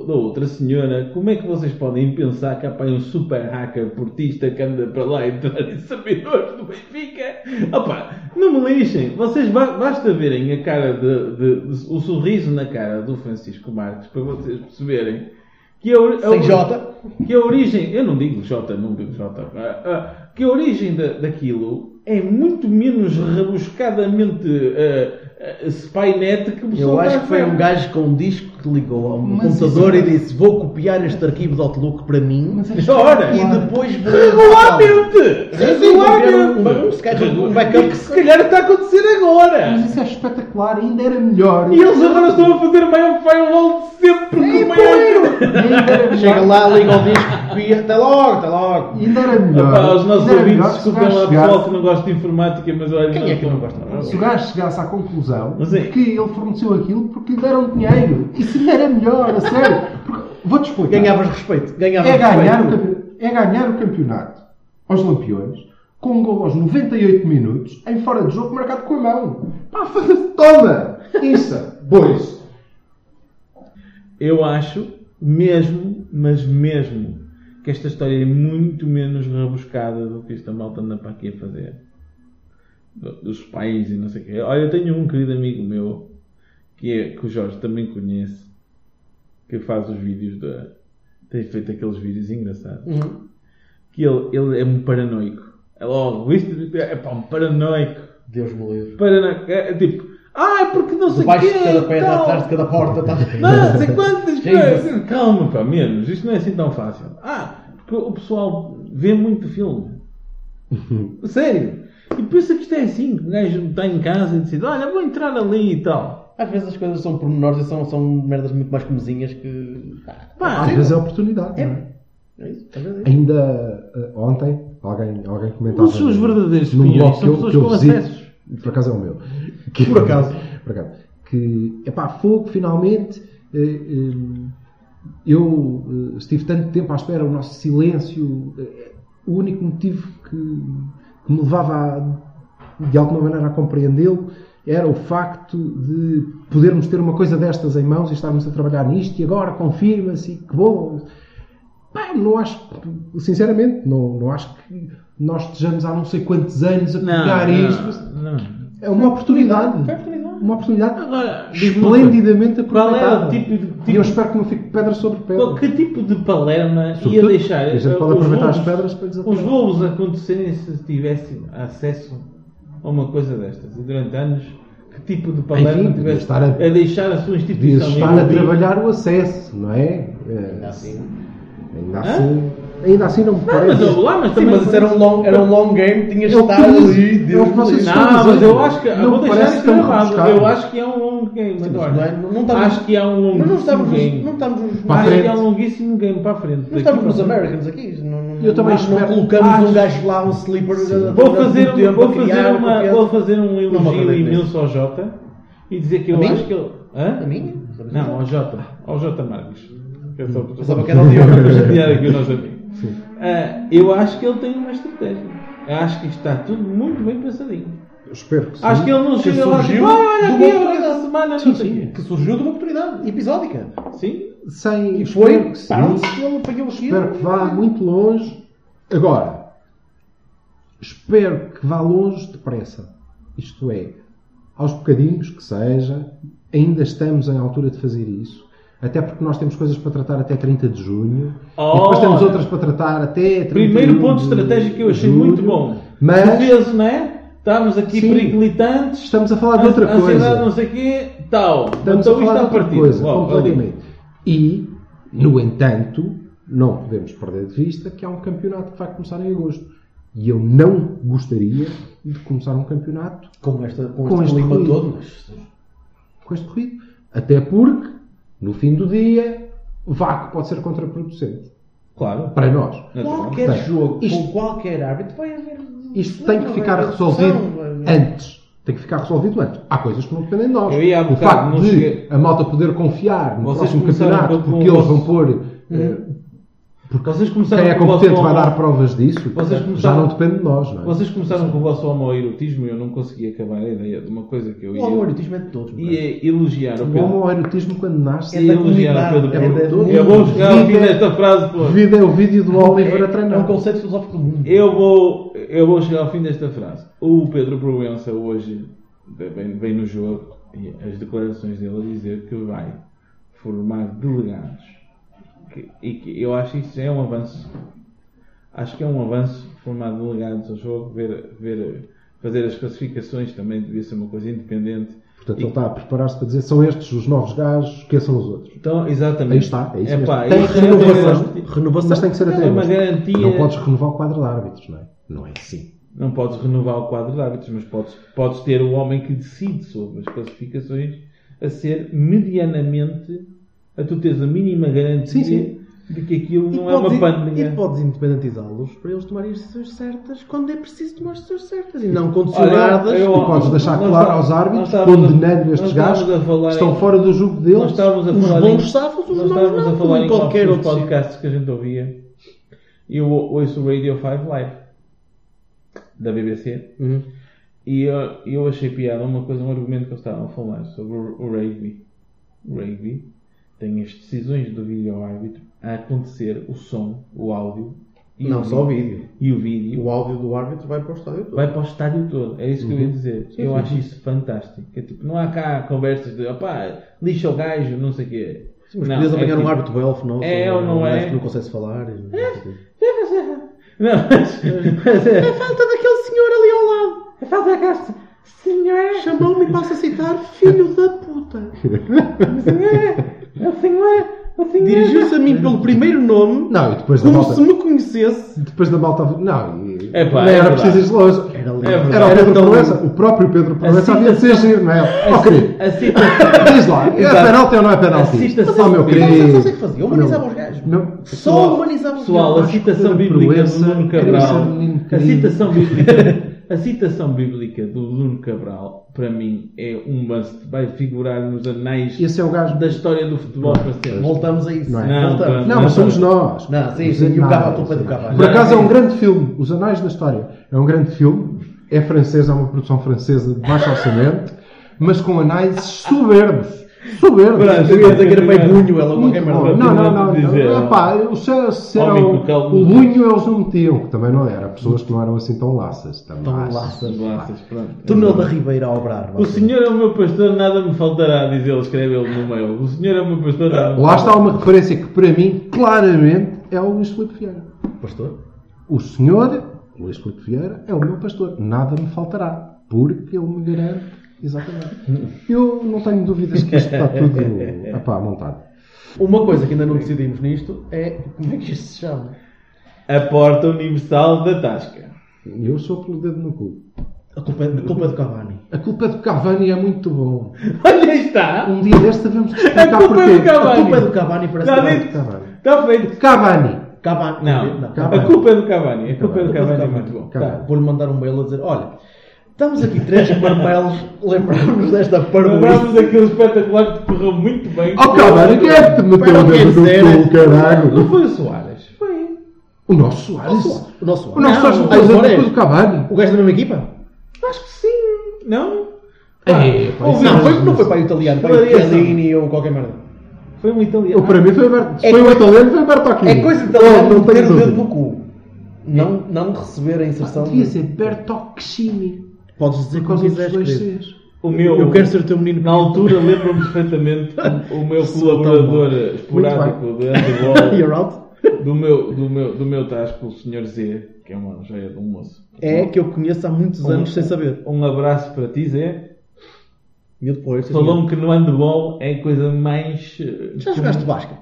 da outra senhora, como é que vocês podem pensar que há pá, um super hacker portista que anda para lá e entrar em servidores do Benfica? Opá, não me lixem, vocês ba- basta verem a cara de, de- de- o sorriso na cara do Francisco Marques para vocês perceberem que a, ori- Sem a ori- J. que a origem, eu não digo J, não digo J, ah, ah, que a origem da, daquilo é muito menos rebuscadamente ah, ah, spynet que o pessoal Eu acho está que a foi ver. é um gajo com um disco que ligou ao Mas computador isso- e disse: Vou copiar este arquivo de Outlook para mim Ora! e depois vou. Regularmente! Sim, sim, vai haver um- um- se calhar um backup. E que se calhar está a acontecer Mas agora! isso é espetacular, ainda era melhor. E eles agora estão a fazer o maior firewall de sempre com o maior... Ainda era Chega lá, liga o disco, copia, até logo, até logo. Ainda era melhor. Opa, os nossos ainda era melhor ouvintes, se o desculpem gajo lá chegasse- pessoal que não gosta de informática, mas olha... Quem é que não gosta? Se o gajo chegasse à conclusão Mas é. que ele forneceu aquilo porque lhe deram dinheiro. Isso ainda era melhor, a sério. Porque, Vou-te explicar. Ganhavas respeito, ganhavas é, ganhar o respeito. campe- é ganhar o campeonato aos lampiões com um gol aos 98 minutos em fora de jogo marcado com a mão. Pá, toma! Isso! Pois. Eu acho mesmo, mas mesmo, que esta história é muito menos rebuscada do que esta malta anda para aqui a fazer. Do- Dos pais e não sei o quê. Olha, eu tenho um querido amigo meu, que, é, que o Jorge também conhece, que faz os vídeos da... Tem feito aqueles vídeos engraçados. Uhum. Que ele, ele é um paranoico. É logo, isto é pá, um paranoico. Deus me livre. Paranoico. É, é tipo, ah, é porque não sei o Debaixo quê. de cada pedra, tal." atrás de cada porta. Tá... Não, sei quantas Jesus. coisas. Calma, pá, menos. Isto não é assim tão fácil. Ah, porque o pessoal vê muito filme. Sério. E pensa que isto é assim, que o gajo está em casa e decide, olha, vou entrar ali e tal. Às vezes as coisas são pormenores e são, são merdas muito mais comezinhas que. Pá, Às vezes é oportunidade. É. não é? É isso, às vezes é isso. Ainda eh, ontem, alguém, alguém comentava. os seus verdadeiros num espiões blog que são eu- pessoas que eu com visito, acessos. Por acaso é o meu. Por acaso. Por acaso. Que, epá, fogo, finalmente. eh, eh, Eu eh, estive tanto tempo à espera, o nosso silêncio, eh, o único motivo que, que me levava a, de alguma maneira a compreendê-lo era o facto de podermos ter uma coisa destas em mãos e estarmos a trabalhar nisto e agora confirma-se, e que bom. Pá, não acho, sinceramente, não, não acho que nós estejamos há não sei quantos anos a pegar isto. não. É uma oportunidade. Foi oportunidade. Uma oportunidade Agora, diz-me uma coisa. esplendidamente Qual é aproveitada. o tipo de. E Tipo, eu espero que não fique pedra sobre pedra. qual- que tipo de Palerma ia Sobretudo, deixar. a gente eh, pode os aproveitar as roubos- pedras para desatar. Os roubos acontecerem se tivesse acesso a uma coisa destas. E durante anos, que tipo de Palerma Enfim, devia tivesse estar a- deixar a sua Devia instituição estar a envolvida? trabalhar o acesso, não é? É, Sim. Ainda Hã? assim, ainda assim não me Ah, mas parece. eu, lá, mas Sim, também. mas isso era um long, era um long game, tinhas Eu estado fiz. ali. Eu faço isso. Não, Estamos mas aí. né? eu acho que. Não vou deixar parece isso tão gravado. rebuscado. Eu acho que é um longo game agora. não é- não- não estamos- acho que é um longo Mas não estávamos, game. não estávamos, Para a acho que é frente. um longuíssimo game para a frente. não estávamos nos Daqui para frente. Americans aqui. Não, não, Eu também não, não espero- colocamos acho- um gajo lá, um sleeper. a- a- Vou durante fazer, um- muito tempo vou a fazer, criar uma, confiança. vou fazer um Não me elogio acredito imenso ao Jota e dizer que A eu mim? acho que ele. A Hã? minha? Não, ao Jota. Ao Jota Marques. Eu só Pensava que era o Diogo. para chatear aqui o nosso amigo. Ah, eu acho que ele tem uma estratégia. Eu acho que está tudo muito bem pensadinho. Eu espero que sim. Acho que ele não Que chega lá e diz: surgiu olha de aqui, uma eu oportunidade." esta semana, não Sim, sei o sim. quê." Que surgiu de uma oportunidade episódica. Sim? Sem, E espero foi, que sim. pounce, ele apanhou o Espero esquilo. que vá muito longe. Agora, espero que vá longe depressa. Isto é, aos bocadinhos que seja, ainda estamos em altura de fazer isso. Até porque nós temos coisas para tratar até 30 de junho. e depois Ora. temos outras para tratar até 31 Primeiro ponto de estratégico que eu achei julho. muito bom. Mas- Defeso, não é? Estávamos aqui Sim. periclitantes. Estamos a falar de outra ansiedade, coisa. não sei o quê, tal. Estamos então isto a falar de está outra partido. coisa, Ó, completamente. E, no entanto, não podemos perder de vista que há um campeonato que vai começar em agosto. E eu não gostaria de começar um campeonato Com, esta, com, Com este este clima ruído. todo, mas com este ruído. Até porque, no fim do dia, o vácuo pode ser contraproducente Claro. É para nós. qualquer Portanto, jogo isto- com qualquer árbitro vai haver. Isto tem que vai ficar haver resolvido discussão, vai- antes. Tem que ficar resolvido antes. Há coisas que não dependem de nós. Eu ia há o bocado, facto não de cheguei- a malta poder confiar no Vocês próximo começaram campeonato, com- um Uhum. com porque o eles vosso- vão pôr eh, Porque Então, vocês começaram Quem é com o vosso competente vai homo- dar provas disso. Vocês Já começaram- não depende de nós, não é? Vocês começaram com o vosso homoerotismo e eu não consegui acabar a ideia de uma coisa que eu O amor ia, e o tismo de todos. não é? ia elogiar o O Pedro. homoerotismo quando nasce. É Ia da elogiar o Pedro comunidade, é da Porto. comunidade. Eu vou chegar ao fim Vida- desta frase, pô. O vídeo é o vídeo do Oliver É- a treinar. É um conceito filosófico do mundo. Eu vou, eu vou chegar ao fim desta frase. O Pedro Proença hoje vem, vem no jogo e as declarações dele a dizer que vai formar delegados. Que- e que eu acho que isso é um avanço. Acho que é um avanço formar delegados ao jogo, ver, ver, fazer as classificações também devia ser uma coisa independente. Portanto, ele está a preparar-se para dizer são estes os novos gajos, esqueçam os outros. Então, exatamente. Aí está, é isso mesmo. Epá, Tem isso é renovação. uma garantia- Renovação. Mas tem que ser É até uma agosto. garantia. Não podes renovar o quadro de árbitros, não é? Não é assim. Não podes renovar o quadro de árbitros, mas podes, podes ter o homem que decide sobre as classificações a ser medianamente a tu teres a mínima garantia Sim, sim. de que aquilo E não é uma podes- pandemia. E podes independentizá-los para eles tomarem as decisões certas quando é preciso tomar as decisões certas e não condicionadas. Olha, eu- e podes deixar nós claro estávamos- aos árbitros, nós estávamos a- condenando nós estes estávamos gajos, a falar que estão em- fora do jogo Nós deles. estávamos a os falar bons em- safos, os nós maus estávamos não, a falar como em qualquer qualquer outro podcasts que a gente ouvia. E eu ouço o Radio 5 Live da BBC. Uhum. E eu, eu achei piada uma coisa, um argumento que eles estavam a falar sobre o, o rugby. O rugby tem as decisões do vídeo árbitro a acontecer o som, o áudio e, Não, o, só o vídeo, vídeo. e o vídeo O áudio do árbitro vai para o estádio todo. vai para o estádio todo. É isso que eu Uhum. ia dizer. eu acho isso fantástico. É tipo, não há cá conversas de opá, lixa o gajo, não sei o quê. Sim, mas não, podias é apanhar um tipo- árbitro belfo, não? É Ou ou um não é? gajo Que não consegue falar. e- Não, mas, mas é. A falta daquele senhor ali ao lado. É fazer gasto. Senhor! Chamou-me e passa a citar filho da puta. Senhor! O senhor! O senhor! Dirigiu-se a mim pelo primeiro nome, Não, e depois da como malta. se me conhecesse. Depois da malta. Não, e- Epá, é não era verdade. preciso ir longe. Era ali. verdade. Era Era o Pedro tão Proença. lindo. O próprio Pedro Proença A havia de ser giro, não é? Ó querido, A citação. diz lá, é Exato. penalti ou não é penalti? Assista-se Ó meu ao vídeo. querido. Não sei o que fazia, humanizava os gajos. Não. Só humanizava os Pessoal, a gajos. citação Pedro bíblica do Proença Nuno era Cabral. um menino A querido. citação bíblica a citação bíblica do Bruno Cabral, para mim, é um must. Vai figurar nos anais Esse é o gajo da história do futebol para sempre. Voltamos a isso. Não é? Não, Voltamos. Não, mas somos nós. Não, sim, sim, e o cavalo, a culpa é do cavalo. Por acaso é um grande filme, Os Anais da História. É um grande filme, é francês, é uma produção francesa de baixo orçamento, mas com anais soberbos. Soberbos. Pronto, eu ia dizer que era meio bunho, ela uma Muito bom. câmera. Não, não, não. Dizer, não. Epá, o se, se era Homem o, com calma. o bunho eles não metiam, que também não era. Pessoas que não eram assim tão laças. Tão, Tão laças. laças. Laças, pronto. Túnel da Ribeira a obrar. O senhor é o meu pastor, nada me faltará, diz ele, escreve ele no mail. O senhor é o meu pastor, nada me Lá está uma referência que para mim, claramente, é o Luís Filipe Vieira. Pastor? O senhor, Luís Filipe Vieira, é o meu pastor. Nada me faltará, porque ele me garante. Exatamente. Eu não tenho dúvidas que isto está tudo epá, montado. Uma coisa que ainda não decidimos nisto é como é que isto se chama? A porta universal da Tasca. Eu sou pelo dedo no cu. A culpa, a culpa é do Cavani. A culpa é do Cavani é muito bom. Olha, aí está! Um dia deste devemos explicar A culpa é do porquê. A Cavani! culpa é do Cavani parece Não, que nem- Cavani. Está feito! Cavani. Cavani. Não, Cavani. a culpa é do Cavani. A culpa é do A culpa é Cavani, do é Cavani. muito bom. Cavani. Tá. Vou-lhe mandar um mail a dizer: olha, estamos aqui três marmelos, lembramos desta Lembramos parvoíce. daquele espetacular que correu muito bem. Oh Cavani, quem é que te Mas meteu o não quer dedo dizer- no cu, Não caralho? foi o Soares. Foi. O nosso Soares. Ah, O nosso. O nosso Não, Soares não o pôs a Soares. culpa do Cavani. O gajo da mesma equipa? Ah, Acho que sim. Não? É, pá, isso Não, é- foi, não foi para o italiano, foi o Variação. Chiellini ou qualquer merda. Foi um italiano. Eu, para mim foi aberto. É foi o coisa- italiano, foi aberto aqui. Oh, É coisa de Não, italiano não ter tenho o dedo dúvida. no cu. Não, não receber a inserção. Devia ser Bertocchini. Podes dizer Por como causa dos quiseres. dois querido. Cs. O meu, Eu quero ser o teu menino. Na altura lembro-me perfeitamente o meu Soa tão colaborador mal. esporádico de You're handball out. do meu, do meu, do meu tasco, o Sr. Z, que é uma joia de um moço. É que eu conheço há muitos anos sem saber. Um abraço para ti, Zé. E depois. Falou-me que no handball é a coisa mais. eh, Já jogaste basquete?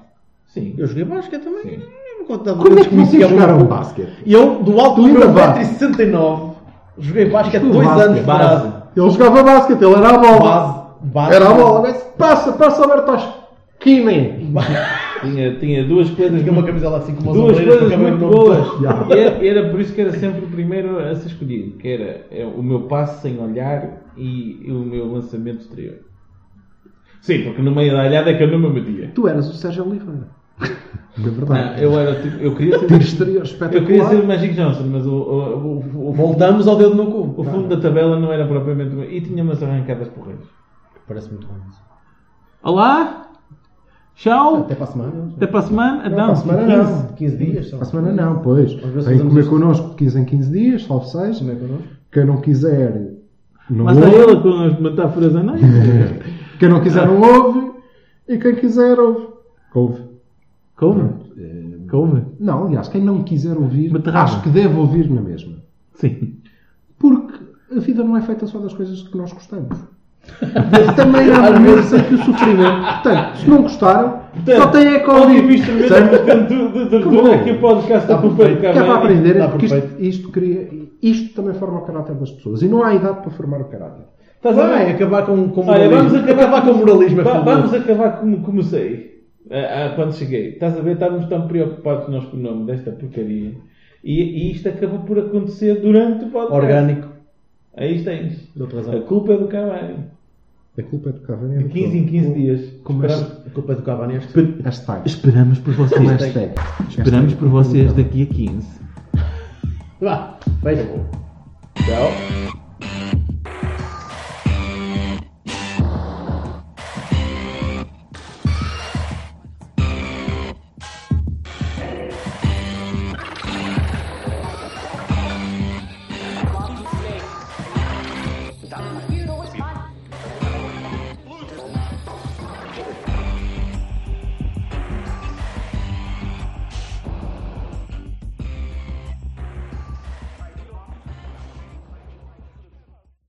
Sim. Eu joguei basquete também. Sim. Não me conta de Como é vezes que me vocês enfiavam no jogaram cu. basquete? E eu, do alto do Tu meu ainda vá. 1,69m, joguei basquete Tu dois vá, anos base. parado. Ele jogava basquete, ele era a bola. Base. Base. Era a bola. né? Mas Passa, passa Bertocchini. Tinha, tinha duas coisas. Tinha uma camisola assim com umas Duas ombreiras coisas para caber muito no- boas. Yeah. E era, era por isso que era sempre o primeiro a ser escolhido, que era é, o meu passo sem olhar e o meu lançamento exterior. Sim, porque no meio da olhada é que eu não me metia. Tu eras o Sérgio Oliveira. De Não, É verdade. eu era tipo, eu queria ser Tiro exterior eu queria ser espetacular. o Magic Johnson, mas o, o, o, o, fundo, Voltamos ao dedo no cu. o fundo da tabela não era propriamente o meu. E tinha umas arrancadas porreiras. Parece muito bom isso. Olá! Tchau! Até para a semana. Até para a semana? Não, para a semana não. 15, 15 dias. Para a semana não, Às pois. vezes Tem que fazemos comer isto. connosco de 15 em 15 dias, salvo 6. Como é que eu não? Quem não quiser, não Lá está ouve. ele com as metáforas anais. Quem não Ah. quiser, não ouve. E quem quiser, ouve. Ouve. Couve? Eh, Couve? Não, aliás, quem não quiser ouvir, Beterraba. acho que deve ouvir na mesma. Sim. Porque a vida não é feita só das coisas que nós gostamos. Também há momentos em que o sofrimento. Portanto, se não gostaram, só tem é que Olha, ouvir. visto mesmo é Certo? portanto, de Acabou. tortura aqui o podcast da culpa do Que é para Cavani. aprender, é Dá porque isto, perfeito. isto, cria, isto também forma o caráter das pessoas. E não há idade para formar o caráter. Estás a ver? Vai acabar com, com Olha, moralismo. vamos acabar, com o moralismo. é Va- fabuloso. vamos acabar como comecei. ah, ah, quando cheguei. Estás a ver? Estávamos tão preocupados nós com o nome desta porcaria. E, e isto acabou por acontecer durante o podcast. Orgânico. Aí tens. Dou-te A razão. culpa é do Cavani. A culpa é do Cavani. é De do 15 em 15 dias. Como é- Esperamos. A culpa é do Cavani. acho que- Cavani. Hashtag. Esperamos por vocês. Hashtag. Esperamos por Então. vocês daqui a 15. Vá, beijo. Tchau.